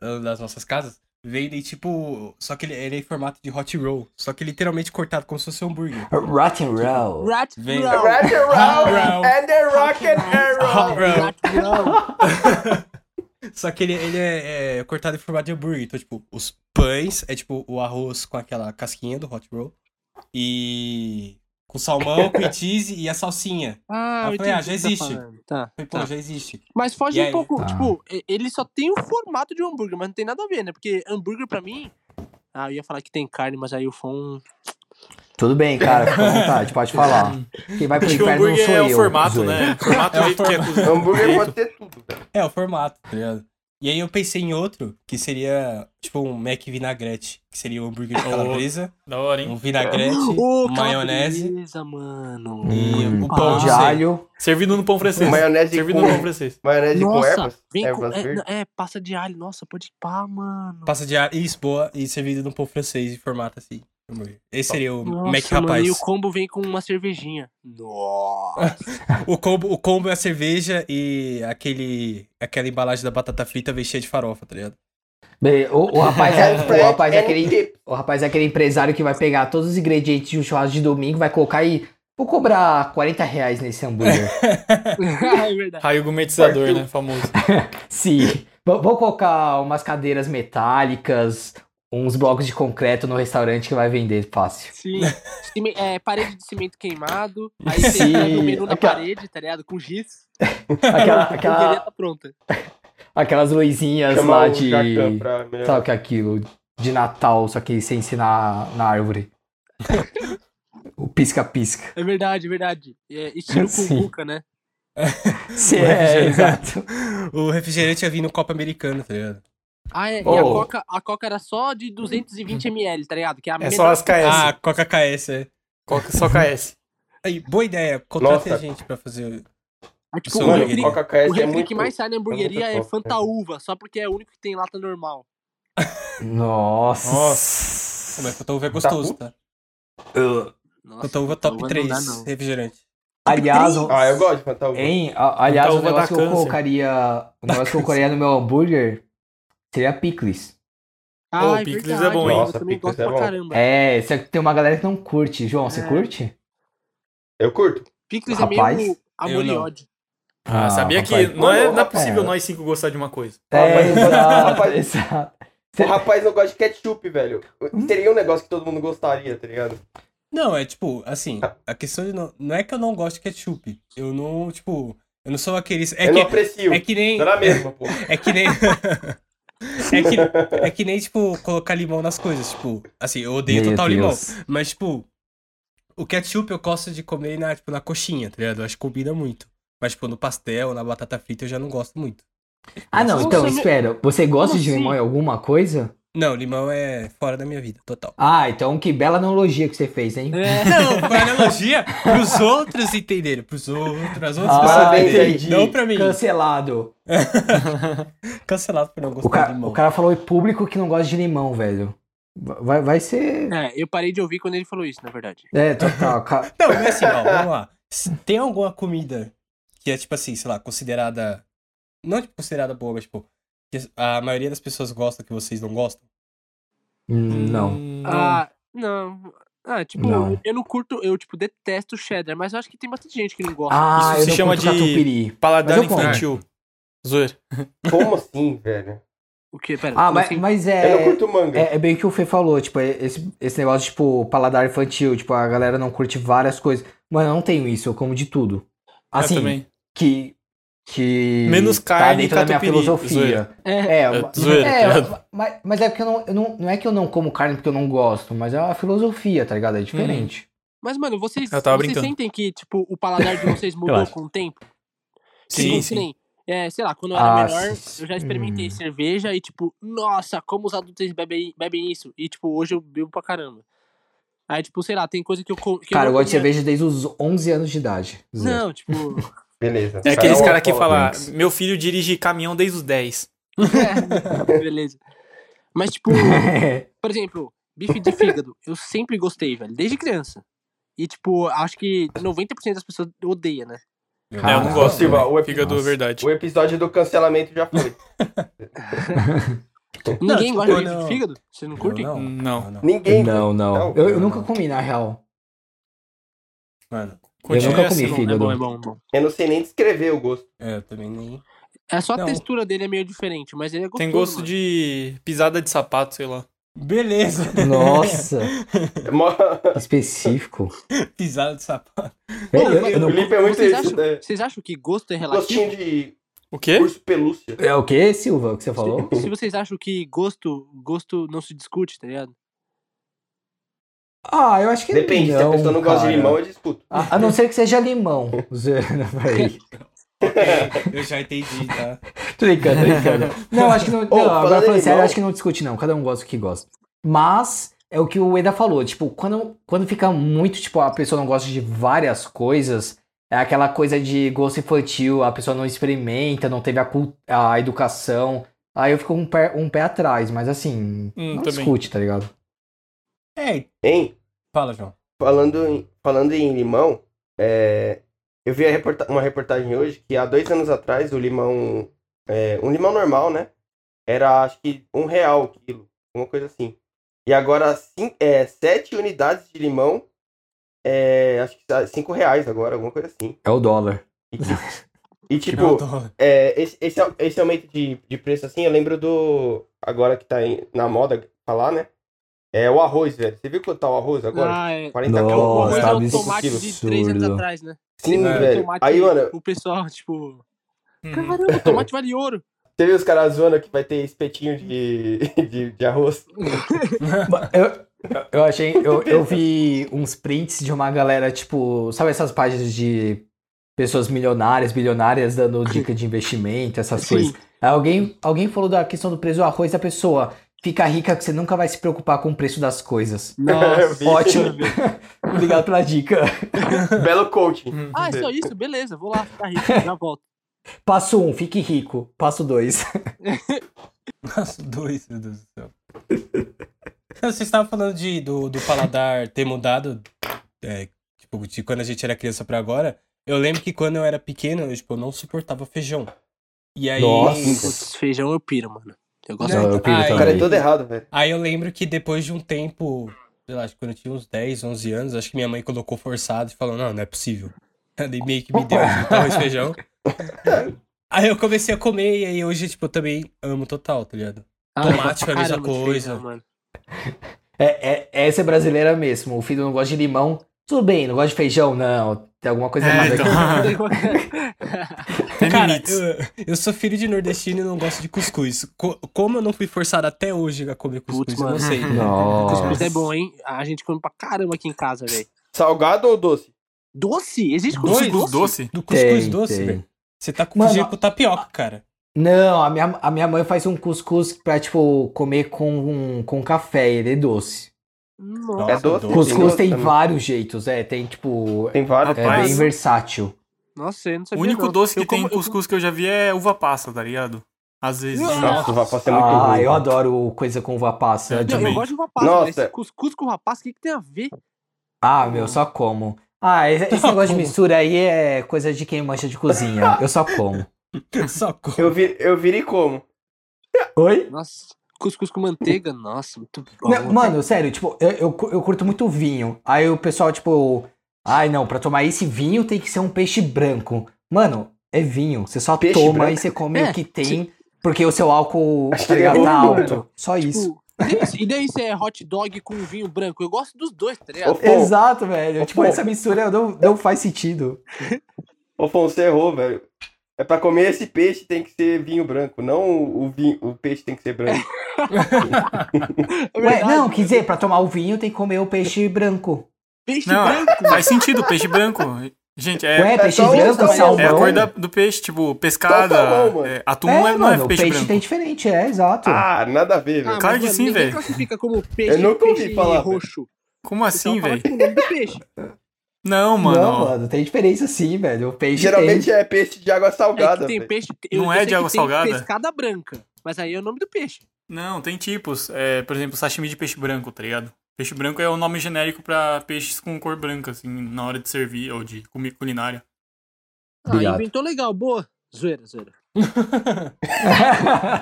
[SPEAKER 5] ah, das nossas casas, vendem tipo, só que ele, ele é em formato de hot roll, só que literalmente cortado como se fosse um
[SPEAKER 1] (laughs)
[SPEAKER 5] hambúrguer.
[SPEAKER 1] Rat and roll.
[SPEAKER 3] Rat
[SPEAKER 5] Vem.
[SPEAKER 3] roll.
[SPEAKER 4] Rock and roll
[SPEAKER 5] Roll.
[SPEAKER 4] and the rock and
[SPEAKER 5] Hot
[SPEAKER 4] roll.
[SPEAKER 5] roll.
[SPEAKER 3] Rat roll.
[SPEAKER 5] Só que ele, ele é, é cortado em formato de hambúrguer, então tipo, os pães é tipo o arroz com aquela casquinha do hot roll e com salmão, cream cheese e a salsinha.
[SPEAKER 3] Ah,
[SPEAKER 5] Eu
[SPEAKER 3] eu entendi.
[SPEAKER 5] falei, ah,
[SPEAKER 3] o
[SPEAKER 5] já
[SPEAKER 3] que você tá
[SPEAKER 5] existe.
[SPEAKER 3] falando. Tá.
[SPEAKER 5] Eu Falei,
[SPEAKER 3] tá.
[SPEAKER 5] pô, já existe.
[SPEAKER 3] Mas foge
[SPEAKER 5] E
[SPEAKER 3] um
[SPEAKER 5] aí?
[SPEAKER 3] pouco.
[SPEAKER 1] Tá.
[SPEAKER 3] Tipo, e- ele só tem o formato de um hambúrguer, mas não tem nada a ver, né? Porque hambúrguer pra mim. Ah, eu ia falar que tem carne, mas aí o fone.
[SPEAKER 1] Tudo bem, cara, fica à vontade, pode falar. Quem vai pro
[SPEAKER 2] Acho que o
[SPEAKER 1] inferno não
[SPEAKER 2] hambúrguer
[SPEAKER 1] sou
[SPEAKER 2] é o
[SPEAKER 1] eu.
[SPEAKER 2] formato,
[SPEAKER 1] zoei.
[SPEAKER 2] né? O formato é o
[SPEAKER 5] É o
[SPEAKER 2] jeito que é cozido.
[SPEAKER 4] Hambúrguer pode ter tudo, velho.
[SPEAKER 5] É, o formato, tá ligado? E aí eu pensei em outro, que seria tipo um Mac vinagrete, que seria um hambúrguer de
[SPEAKER 2] Oh.
[SPEAKER 5] calabresa,
[SPEAKER 2] Da hora, hein?
[SPEAKER 5] um vinagrete, maionese
[SPEAKER 3] Beleza, mano.
[SPEAKER 5] e
[SPEAKER 1] Hum,
[SPEAKER 5] o
[SPEAKER 1] Pão
[SPEAKER 5] pão
[SPEAKER 1] de
[SPEAKER 5] não sei.
[SPEAKER 1] alho.
[SPEAKER 2] Servido no pão francês.
[SPEAKER 4] Maionese
[SPEAKER 2] Servido no pão
[SPEAKER 4] com,
[SPEAKER 2] francês.
[SPEAKER 4] maionese com
[SPEAKER 3] Nossa,
[SPEAKER 4] ervas?
[SPEAKER 3] vem com-
[SPEAKER 4] Ervas verdes?
[SPEAKER 3] é, é, passa de alho. Nossa, pode pá, mano.
[SPEAKER 5] Passa de ar, isso, boa, e servido num pão francês em formato assim. hambúrguer. Esse seria o
[SPEAKER 3] Nossa,
[SPEAKER 5] Mac
[SPEAKER 3] mano,
[SPEAKER 5] é Rapaz.
[SPEAKER 3] E o combo vem com uma cervejinha.
[SPEAKER 5] (laughs)
[SPEAKER 3] Nossa. (laughs)
[SPEAKER 5] O combo, o combo é a cerveja e aquele, aquela embalagem da batata frita vem cheia de farofa, tá ligado?
[SPEAKER 1] Bem, o, o rapaz (laughs) é, o rapaz é aquele
[SPEAKER 4] Fred
[SPEAKER 1] O rapaz é aquele empresário que vai pegar todos os ingredientes de um churrasco de domingo, vai colocar e. Vou cobrar 40 reais nesse hambúrguer.
[SPEAKER 3] é verdade.
[SPEAKER 2] Raio gourmetizador,
[SPEAKER 4] Partiu.
[SPEAKER 2] né? Famoso.
[SPEAKER 1] Sim. Vou vou colocar umas cadeiras metálicas, uns blocos de concreto no restaurante que vai vender fácil.
[SPEAKER 3] Sim. Cime- é, parede de cimento queimado. Aí
[SPEAKER 1] Sim.
[SPEAKER 3] você escreve o menu na
[SPEAKER 1] Aquela-
[SPEAKER 3] parede, tá ligado? Com giz.
[SPEAKER 1] Aquela,
[SPEAKER 3] A hamburgueria
[SPEAKER 1] aquela-
[SPEAKER 3] tá pronta.
[SPEAKER 1] aquelas luzinhas
[SPEAKER 4] Chamar
[SPEAKER 1] lá
[SPEAKER 4] o
[SPEAKER 1] de.
[SPEAKER 4] Jacan pra
[SPEAKER 1] Sabe
[SPEAKER 4] melhor.
[SPEAKER 1] o que é aquilo? De Natal, só que sem ser na, na árvore. o pisca-pisca.
[SPEAKER 3] É verdade, é verdade. É, estilo
[SPEAKER 1] Sim.
[SPEAKER 3] cumbuca, né?
[SPEAKER 1] Sim, é, exato.
[SPEAKER 5] (laughs) O refrigerante ia vir no copo americano, tá ligado?
[SPEAKER 3] Ah, é. E a
[SPEAKER 1] Oh.
[SPEAKER 3] coca, a coca era só de 220ml, tá ligado? Que é a
[SPEAKER 2] É
[SPEAKER 3] menor.
[SPEAKER 2] só as KS.
[SPEAKER 5] Ah, Coca KS, é.
[SPEAKER 2] Coca- só KS.
[SPEAKER 5] Aí, boa ideia, contrata
[SPEAKER 4] Nossa.
[SPEAKER 5] a gente pra fazer.
[SPEAKER 3] É tipo,
[SPEAKER 5] Sou
[SPEAKER 3] o
[SPEAKER 4] Mano,
[SPEAKER 5] Hambúrguer.
[SPEAKER 3] refri,
[SPEAKER 4] coca
[SPEAKER 3] o
[SPEAKER 4] KS é
[SPEAKER 3] refri
[SPEAKER 4] muito...
[SPEAKER 3] que mais sai na hamburgueria é
[SPEAKER 4] muito
[SPEAKER 3] Fanta
[SPEAKER 4] top.
[SPEAKER 3] Uva, só porque é o único que tem lata normal.
[SPEAKER 1] Nossa.
[SPEAKER 5] Pô, Mas Fanta Uva é gostoso, tá?
[SPEAKER 3] Nossa,
[SPEAKER 5] Fanta
[SPEAKER 3] Fanta
[SPEAKER 5] Uva Então, top
[SPEAKER 3] Uva
[SPEAKER 5] 3
[SPEAKER 3] Não dá, não.
[SPEAKER 5] refrigerante.
[SPEAKER 1] Aliás, um-
[SPEAKER 4] Ah, eu gosto de Fanta Uva.
[SPEAKER 1] Hein? A- aliás,
[SPEAKER 2] Então
[SPEAKER 1] o
[SPEAKER 2] vai dar
[SPEAKER 1] negócio que eu
[SPEAKER 2] câncer.
[SPEAKER 1] colocaria. O negócio que eu colocaria no meu hambúrguer seria picles.
[SPEAKER 2] Pô,
[SPEAKER 3] é
[SPEAKER 2] picles é
[SPEAKER 3] verdade,
[SPEAKER 2] bom,
[SPEAKER 4] hein?
[SPEAKER 3] mano,
[SPEAKER 4] Nossa,
[SPEAKER 3] Eu também
[SPEAKER 4] picles
[SPEAKER 3] gosto
[SPEAKER 4] é
[SPEAKER 3] pra
[SPEAKER 4] bom.
[SPEAKER 3] caramba.
[SPEAKER 1] É, só que tem uma galera que não curte. João, você
[SPEAKER 3] É.
[SPEAKER 1] curte?
[SPEAKER 4] Eu curto.
[SPEAKER 3] Picles é
[SPEAKER 1] Rapaz,
[SPEAKER 3] meio amor
[SPEAKER 5] eu
[SPEAKER 3] e
[SPEAKER 5] não.
[SPEAKER 3] ódio.
[SPEAKER 2] Ah, sabia que
[SPEAKER 1] rapaz.
[SPEAKER 2] não, é, não é
[SPEAKER 4] Rapaz.
[SPEAKER 2] possível
[SPEAKER 1] É.
[SPEAKER 2] nós cinco gostar de uma coisa.
[SPEAKER 4] Ah,
[SPEAKER 1] É,
[SPEAKER 4] mas-
[SPEAKER 1] exato,
[SPEAKER 4] rapaz-
[SPEAKER 1] exato.
[SPEAKER 4] O rapaz não gosta de ketchup, velho. Seria um negócio que todo mundo gostaria, tá ligado?
[SPEAKER 5] Não, é tipo, assim, a questão de não, não é que eu não gosto de ketchup. Eu não, tipo, eu não sou aquele. É
[SPEAKER 4] eu não
[SPEAKER 5] que,
[SPEAKER 4] aprecio.
[SPEAKER 5] é que nem.
[SPEAKER 4] Não era mesmo, pô.
[SPEAKER 5] É que nem. (laughs) é, que, é que nem, tipo, colocar limão nas coisas. Tipo, assim, eu odeio
[SPEAKER 1] Meu
[SPEAKER 5] total limão.
[SPEAKER 1] Deus.
[SPEAKER 5] Mas, tipo, o ketchup eu gosto de comer na, tipo, na coxinha, tá ligado? Eu acho que combina muito. Mas, tipo, no pastel, na batata frita eu já não gosto muito.
[SPEAKER 1] Ah, não,
[SPEAKER 3] Nossa,
[SPEAKER 1] então,
[SPEAKER 3] mas-
[SPEAKER 1] espera. Você gosta
[SPEAKER 3] Como
[SPEAKER 1] de limão
[SPEAKER 3] assim?
[SPEAKER 1] em alguma coisa?
[SPEAKER 5] Não, limão é fora da minha vida, total.
[SPEAKER 1] Ah, então que bela analogia que você fez, hein?
[SPEAKER 3] É,
[SPEAKER 5] Não, (laughs) foi analogia pros outros entenderem. Pros outros, as outras
[SPEAKER 1] Ah,
[SPEAKER 5] pessoas entenderem.
[SPEAKER 4] entendi.
[SPEAKER 5] Não pra mim.
[SPEAKER 1] Cancelado.
[SPEAKER 5] Cancelado por não gostar
[SPEAKER 1] O, ca-
[SPEAKER 5] de limão.
[SPEAKER 1] o cara falou em público que não gosta de limão, velho. Vai, vai ser.
[SPEAKER 3] é, eu parei de ouvir quando ele falou isso, na verdade.
[SPEAKER 1] É, total.
[SPEAKER 5] (laughs)
[SPEAKER 1] ca-
[SPEAKER 5] Não, mas assim, ó, vamos lá. Se tem alguma comida que é, tipo assim, sei lá, considerada. Não tipo, considerada boa, mas, tipo, que a maioria das pessoas gosta que vocês não gostam?
[SPEAKER 1] Hum, Não.
[SPEAKER 2] Hum,
[SPEAKER 3] Ah, não. Ah, tipo,
[SPEAKER 1] Não.
[SPEAKER 3] eu não curto, eu, tipo, detesto cheddar, mas eu acho que tem bastante gente que não gosta.
[SPEAKER 1] Ah,
[SPEAKER 2] Isso
[SPEAKER 1] eu
[SPEAKER 2] se
[SPEAKER 1] não
[SPEAKER 2] chama
[SPEAKER 1] curto
[SPEAKER 2] de-
[SPEAKER 1] catupiry.
[SPEAKER 2] Paladar
[SPEAKER 1] Mas eu como.
[SPEAKER 2] infantil. Zoeira.
[SPEAKER 4] Como assim, velho?
[SPEAKER 3] O quê? Pera,
[SPEAKER 1] Ah,
[SPEAKER 3] como
[SPEAKER 1] mas,
[SPEAKER 3] assim?
[SPEAKER 1] mas
[SPEAKER 4] Eu não
[SPEAKER 1] é,
[SPEAKER 4] curto manga.
[SPEAKER 1] é. é bem o que o Fê falou, tipo, é esse, esse negócio, tipo, paladar infantil, tipo, a galera não curte várias coisas. Mano, eu não tenho isso, eu como de tudo. Assim,
[SPEAKER 2] eu também.
[SPEAKER 1] que. Que.
[SPEAKER 2] Menos
[SPEAKER 1] tá
[SPEAKER 2] carne e
[SPEAKER 1] dentro da minha
[SPEAKER 2] catupiry,
[SPEAKER 1] filosofia.
[SPEAKER 2] zoeira.
[SPEAKER 1] É,
[SPEAKER 2] É,
[SPEAKER 1] ma-
[SPEAKER 2] zoeira,
[SPEAKER 1] é,
[SPEAKER 2] tá ligado?
[SPEAKER 1] mas, mas é porque eu não, eu não. Não é que eu não como carne porque eu não gosto, mas é uma filosofia, tá ligado? É diferente.
[SPEAKER 3] Mas, mano, vocês,
[SPEAKER 2] Eu tava
[SPEAKER 3] vocês
[SPEAKER 2] brincando.
[SPEAKER 3] sentem que, tipo, o paladar de vocês mudou
[SPEAKER 6] Relaxa.
[SPEAKER 3] com o tempo?
[SPEAKER 2] Sim,
[SPEAKER 3] Tipo, que
[SPEAKER 2] sim.
[SPEAKER 3] nem, é, sei lá, quando eu era
[SPEAKER 1] Ah,
[SPEAKER 3] menor,
[SPEAKER 1] sim.
[SPEAKER 3] eu já experimentei
[SPEAKER 1] Hum.
[SPEAKER 3] cerveja e, tipo, nossa, como os adultos bebem, bebem isso. E, tipo, hoje eu bebo pra caramba. Aí, tipo, sei lá, tem coisa que eu. co- Que
[SPEAKER 1] Cara, eu
[SPEAKER 3] não
[SPEAKER 1] gosto de
[SPEAKER 3] comia-
[SPEAKER 1] cerveja desde os 11 anos de idade. Zoeira.
[SPEAKER 3] Não, tipo.
[SPEAKER 4] Beleza.
[SPEAKER 2] É aqueles caras que
[SPEAKER 4] fala
[SPEAKER 2] falam,
[SPEAKER 1] Thanks.
[SPEAKER 2] meu filho dirige caminhão desde os 10.
[SPEAKER 3] é, (laughs) beleza. Mas, tipo, por exemplo, bife de fígado, eu sempre gostei, velho, desde criança. E, tipo, acho que 90% das pessoas odeia, né?
[SPEAKER 2] É, eu não
[SPEAKER 1] Ah,
[SPEAKER 2] gosto.
[SPEAKER 4] Silva,
[SPEAKER 2] também.
[SPEAKER 4] o epi-
[SPEAKER 2] Fica do
[SPEAKER 1] Nossa.
[SPEAKER 2] verdade.
[SPEAKER 4] O episódio do cancelamento já foi.
[SPEAKER 3] Ninguém
[SPEAKER 5] tipo,
[SPEAKER 3] gosta de
[SPEAKER 5] eu
[SPEAKER 3] bife
[SPEAKER 5] não-
[SPEAKER 3] de fígado? Vocês não curtem?
[SPEAKER 5] Eu
[SPEAKER 2] Não.
[SPEAKER 5] não.
[SPEAKER 4] Ninguém.
[SPEAKER 1] (laughs) Não, não.
[SPEAKER 4] Não,
[SPEAKER 1] Eu, eu
[SPEAKER 5] não,
[SPEAKER 1] nunca
[SPEAKER 5] não.
[SPEAKER 1] comi, na (laughs) real.
[SPEAKER 5] Mano,
[SPEAKER 1] Eu nunca comi
[SPEAKER 2] assim.
[SPEAKER 3] É bom,
[SPEAKER 1] fígado.
[SPEAKER 3] é bom, é bom, é bom.
[SPEAKER 4] Eu não sei nem descrever o gosto.
[SPEAKER 5] é, eu também nem.
[SPEAKER 3] É só a
[SPEAKER 5] Não.
[SPEAKER 3] textura dele é meio diferente, mas ele é gostoso.
[SPEAKER 2] Tem gosto
[SPEAKER 3] mano.
[SPEAKER 2] de pisada de sapato, sei lá.
[SPEAKER 5] Beleza! (laughs)
[SPEAKER 1] Nossa,
[SPEAKER 4] É Mó-
[SPEAKER 1] que específico.
[SPEAKER 5] Pisada de sapato.
[SPEAKER 1] Eu, eu- eu
[SPEAKER 4] (laughs) O
[SPEAKER 1] não-
[SPEAKER 4] Felipe é muito
[SPEAKER 3] Vocês
[SPEAKER 4] isso,
[SPEAKER 3] acham,
[SPEAKER 4] né?
[SPEAKER 3] vocês acham que gosto é relativo?
[SPEAKER 4] Gostinho de
[SPEAKER 2] O quê?
[SPEAKER 4] urso pelúcia.
[SPEAKER 1] É o que, Silva, o que você falou?
[SPEAKER 3] (laughs) Se vocês acham que gosto, gosto não se discute, tá ligado?
[SPEAKER 1] Ah, eu acho que
[SPEAKER 4] Depende, se a pessoa não gosta de
[SPEAKER 1] cara.
[SPEAKER 4] limão, eu disputo.
[SPEAKER 1] A, a não ser que seja (laughs) limão. Zoeira, peraí.
[SPEAKER 5] Ok, eu já entendi, tá?
[SPEAKER 1] Tô brincando, tô brincando. (laughs) Não, acho que não. não,
[SPEAKER 4] falando
[SPEAKER 1] agora
[SPEAKER 4] em
[SPEAKER 1] falando sério,
[SPEAKER 4] limão-
[SPEAKER 1] acho que não discute, não. Cada um gosta do que gosta. Mas é o que o Eda falou, tipo, quando, quando fica muito, tipo, a pessoa não gosta de várias coisas, é aquela coisa de gosto infantil, a pessoa não experimenta, não teve a, cul- a educação. Aí eu fico um pé, um pé atrás, mas assim,
[SPEAKER 2] Hum,
[SPEAKER 1] não
[SPEAKER 2] também.
[SPEAKER 1] discute, tá ligado?
[SPEAKER 5] É,
[SPEAKER 4] Hein?
[SPEAKER 5] fala, João.
[SPEAKER 4] Falando em, falando em limão, é, eu vi a reporta- uma reportagem hoje que há dois anos atrás o limão. é, um limão normal, né? Era acho que um real o quilo, uma coisa assim. E agora cin- é, sete unidades de limão, é, acho que tá cinco reais agora, alguma coisa assim.
[SPEAKER 1] É o dólar.
[SPEAKER 4] E, que- e,
[SPEAKER 5] Que então. não
[SPEAKER 4] tipo,
[SPEAKER 5] tô-
[SPEAKER 4] é, esse, esse, au- esse aumento de, de preço, assim, eu lembro do. Agora que tá em- na moda falar, né? É o arroz, velho. Você viu quanto tá o arroz agora?
[SPEAKER 3] ah, é.
[SPEAKER 4] 40
[SPEAKER 1] Nossa,
[SPEAKER 3] O
[SPEAKER 4] calorias.
[SPEAKER 3] arroz é
[SPEAKER 1] tá
[SPEAKER 3] o tomate de três anos
[SPEAKER 1] absurdo.
[SPEAKER 3] atrás, né?
[SPEAKER 4] Sim,
[SPEAKER 5] É.
[SPEAKER 4] velho.
[SPEAKER 3] Tomate,
[SPEAKER 4] Aí, mano,
[SPEAKER 3] O pessoal, tipo.
[SPEAKER 2] Hum.
[SPEAKER 3] Caramba, o tomate vale
[SPEAKER 4] (laughs)
[SPEAKER 3] ouro.
[SPEAKER 4] você viu os caras zoando que vai ter espetinho de, (laughs) de, de arroz?
[SPEAKER 1] Eu, eu achei, eu, eu vi uns prints de uma galera, tipo, sabe essas páginas de pessoas milionárias, bilionárias dando dica de investimento, essas coisas.
[SPEAKER 3] Sim.
[SPEAKER 1] Aí Alguém, alguém falou da questão do preço do arroz, a pessoa fica rica que você nunca vai se preocupar com o preço das coisas.
[SPEAKER 4] É, Eu vi.
[SPEAKER 1] Ótimo. Obrigado pela dica.
[SPEAKER 4] Belo (laughs) coaching.
[SPEAKER 3] Ah, é só isso? Beleza, vou lá ficar rico, já volto.
[SPEAKER 1] Passo um, fique rico. Passo dois.
[SPEAKER 5] Nossa, (laughs) dois, meu Deus do céu. Não, Vocês estavam falando de, do, do paladar ter mudado, é, tipo, de quando a gente era criança pra agora. Eu lembro que quando eu era pequeno, eu, tipo, eu não suportava feijão. E aí.
[SPEAKER 1] Nossa.
[SPEAKER 3] Putz, feijão eu piro, mano. Eu gosto
[SPEAKER 5] Não,
[SPEAKER 3] muito.
[SPEAKER 5] eu piro
[SPEAKER 4] O
[SPEAKER 5] também.
[SPEAKER 4] cara é todo errado, velho.
[SPEAKER 5] Aí eu lembro que depois de um tempo, sei lá, acho que quando eu tinha uns 10, 11 anos, acho que minha mãe colocou forçado e falou: Não, não é possível. Ele meio que me deu um arroz e feijão. Aí eu comecei a comer e aí hoje, tipo, eu também amo total, tá ligado?
[SPEAKER 3] Ah,
[SPEAKER 5] Tomate foi a mesma
[SPEAKER 3] caramba, de
[SPEAKER 5] coisa.
[SPEAKER 3] feijão, mano. (laughs)
[SPEAKER 1] É, é, essa é brasileira mesmo. O filho não gosta de limão. Tudo bem, não gosta de feijão, não. Tem alguma coisa
[SPEAKER 2] É,
[SPEAKER 1] errada
[SPEAKER 2] então.
[SPEAKER 1] aqui.
[SPEAKER 2] Tem
[SPEAKER 5] Cara,
[SPEAKER 2] limites.
[SPEAKER 5] eu, eu sou filho de nordestino e não gosto de cuscuz. Co- como eu não fui forçado até hoje a comer cuscuz,
[SPEAKER 3] Putz,
[SPEAKER 5] eu não
[SPEAKER 3] mano.
[SPEAKER 5] sei.
[SPEAKER 3] Cuscuz
[SPEAKER 1] Nossa.
[SPEAKER 3] é bom, hein? A gente come pra caramba aqui em casa, velho.
[SPEAKER 4] Salgado ou doce?
[SPEAKER 3] Doce?
[SPEAKER 2] (laughs)
[SPEAKER 3] Existe cuscuz
[SPEAKER 5] Dois?
[SPEAKER 2] Cuscuz
[SPEAKER 3] doce?
[SPEAKER 2] doce?
[SPEAKER 3] (laughs)
[SPEAKER 5] Do cuscuz
[SPEAKER 1] Tem,
[SPEAKER 5] doce,
[SPEAKER 1] tem.
[SPEAKER 5] velho. Você tá
[SPEAKER 1] Mano,
[SPEAKER 5] confundindo com tapioca, cara. (laughs)
[SPEAKER 1] Não, a minha, a minha mãe faz um cuscuz pra, tipo, comer com, com café, ele é doce.
[SPEAKER 3] Nossa.
[SPEAKER 4] é doce?
[SPEAKER 1] Cuscuz tem
[SPEAKER 4] também.
[SPEAKER 1] vários jeitos, é, tem, tipo,
[SPEAKER 4] Tem vários.
[SPEAKER 1] é
[SPEAKER 2] Rapaz.
[SPEAKER 1] bem versátil.
[SPEAKER 3] Nossa, eu não
[SPEAKER 2] O
[SPEAKER 3] sabia.
[SPEAKER 2] único
[SPEAKER 3] não.
[SPEAKER 2] doce que
[SPEAKER 3] Eu
[SPEAKER 2] tem
[SPEAKER 3] como- eu
[SPEAKER 2] cuscuz que eu já vi é uva passa, tá ligado? Às vezes.
[SPEAKER 4] Nossa, o rapaz é muito
[SPEAKER 1] Ah,
[SPEAKER 4] ruim.
[SPEAKER 1] eu adoro coisa com uva passa, tipo, eu
[SPEAKER 2] Eu
[SPEAKER 3] Não,
[SPEAKER 1] admiro.
[SPEAKER 3] eu
[SPEAKER 2] também.
[SPEAKER 3] gosto de rapaz,
[SPEAKER 4] Nossa.
[SPEAKER 3] mas esse cuscuz com rapaz, o que, que tem a ver?
[SPEAKER 1] Ah, meu, só como. Ah, esse esse
[SPEAKER 5] Só
[SPEAKER 1] negócio de
[SPEAKER 5] como.
[SPEAKER 1] mistura aí é coisa de quem mancha de cozinha. Eu só como.
[SPEAKER 5] Só co-
[SPEAKER 4] Eu, vi, eu virei como?
[SPEAKER 1] Oi?
[SPEAKER 3] Nossa, cuscuz com manteiga, nossa, muito bom. né?
[SPEAKER 1] Não, mano, sério, tipo, eu, eu, cu- eu curto muito vinho. Aí o pessoal, tipo, ai não, pra tomar esse vinho tem que ser um peixe branco. Mano, é vinho. Você só
[SPEAKER 4] Peixe
[SPEAKER 1] toma
[SPEAKER 4] branco?
[SPEAKER 1] e você come
[SPEAKER 3] É,
[SPEAKER 1] o que tem, porque o seu álcool
[SPEAKER 4] Acho
[SPEAKER 1] tá
[SPEAKER 4] que é ele
[SPEAKER 1] ligado, tá
[SPEAKER 4] errou
[SPEAKER 1] alto.
[SPEAKER 4] muito.
[SPEAKER 1] Só isso.
[SPEAKER 3] Tipo, e daí se é hot dog com vinho branco? Eu gosto dos dois, tá ligado?
[SPEAKER 4] Ô, Fon,
[SPEAKER 1] Exato, velho.
[SPEAKER 4] Ô,
[SPEAKER 1] tipo,
[SPEAKER 4] pô.
[SPEAKER 1] essa mistura não, não faz sentido.
[SPEAKER 4] ô, Fon, você errou, velho. É pra comer esse peixe tem que ser vinho branco, não o, o vinho, o peixe tem que ser branco.
[SPEAKER 1] (laughs)
[SPEAKER 3] É
[SPEAKER 1] Ué,
[SPEAKER 3] verdade,
[SPEAKER 1] não, quer dizer, pra tomar o vinho tem que comer o peixe branco.
[SPEAKER 3] Peixe
[SPEAKER 2] Não,
[SPEAKER 3] branco.
[SPEAKER 2] faz sentido, peixe branco. Gente, é,
[SPEAKER 1] Ué, peixe
[SPEAKER 4] só um
[SPEAKER 1] branco,
[SPEAKER 4] salmão.
[SPEAKER 1] salmão.
[SPEAKER 2] é a cor da- do peixe,
[SPEAKER 1] Então
[SPEAKER 2] tipo,
[SPEAKER 4] salmão,
[SPEAKER 2] pescada.
[SPEAKER 4] mano.
[SPEAKER 2] é, atum
[SPEAKER 1] tá É,
[SPEAKER 2] não é, não é
[SPEAKER 1] mano, o
[SPEAKER 2] peixe,
[SPEAKER 1] peixe
[SPEAKER 2] branco.
[SPEAKER 1] tem diferente, é, exato.
[SPEAKER 4] Ah, nada a ver, velho.
[SPEAKER 2] claro que é sim,
[SPEAKER 3] ninguém
[SPEAKER 2] velho.
[SPEAKER 3] classifica como peixe,
[SPEAKER 4] Eu nunca ouvi
[SPEAKER 3] peixe
[SPEAKER 4] falar,
[SPEAKER 3] roxo.
[SPEAKER 2] Como assim,
[SPEAKER 3] Então fala
[SPEAKER 2] velho?
[SPEAKER 3] com o nome do peixe.
[SPEAKER 2] Não, mano.
[SPEAKER 1] Não, mano, tem diferença sim, velho. O peixe
[SPEAKER 4] Geralmente
[SPEAKER 1] tem.
[SPEAKER 4] é peixe de água
[SPEAKER 3] É
[SPEAKER 4] salgada,
[SPEAKER 3] que tem
[SPEAKER 4] velho.
[SPEAKER 3] peixe...
[SPEAKER 2] Não
[SPEAKER 3] eu
[SPEAKER 2] é
[SPEAKER 3] sei
[SPEAKER 2] de água
[SPEAKER 3] que tem
[SPEAKER 2] salgada?
[SPEAKER 3] pescada branca, mas aí é o nome do peixe.
[SPEAKER 2] Não, tem tipos. É, por exemplo, sashimi de peixe branco, tá ligado? Peixe branco é o nome genérico pra peixes com cor branca, assim, na hora de servir ou de comer culinária.
[SPEAKER 3] Ah,
[SPEAKER 1] Obrigado.
[SPEAKER 3] inventou legal, boa. Zoeira,
[SPEAKER 1] (laughs)
[SPEAKER 3] zoeira.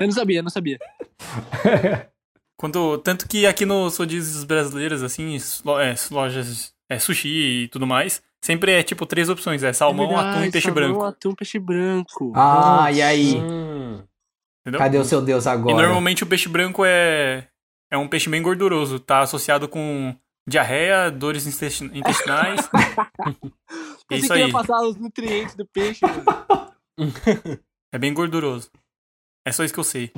[SPEAKER 3] Eu não sabia, eu não sabia.
[SPEAKER 2] Quanto, tanto que aqui no rodízios brasileiros, assim, s- lo- é, s- lojas é, sushi e tudo mais, sempre é tipo três opções: é salmão,
[SPEAKER 3] É verdade,
[SPEAKER 2] atum e peixe
[SPEAKER 3] salmão,
[SPEAKER 2] branco. É
[SPEAKER 3] atum, peixe branco.
[SPEAKER 1] Ah, e aí?
[SPEAKER 5] Hum.
[SPEAKER 2] Entendeu?
[SPEAKER 1] Cadê o seu Deus
[SPEAKER 2] E
[SPEAKER 1] agora?
[SPEAKER 2] normalmente o peixe branco é, é um peixe bem gorduroso, tá associado com diarreia, dores intesti- intestinais. é
[SPEAKER 3] Pensei
[SPEAKER 2] isso
[SPEAKER 3] que ia
[SPEAKER 2] aí.
[SPEAKER 3] passar os nutrientes do peixe. mano. (laughs)
[SPEAKER 2] É bem gorduroso. É só isso que eu sei.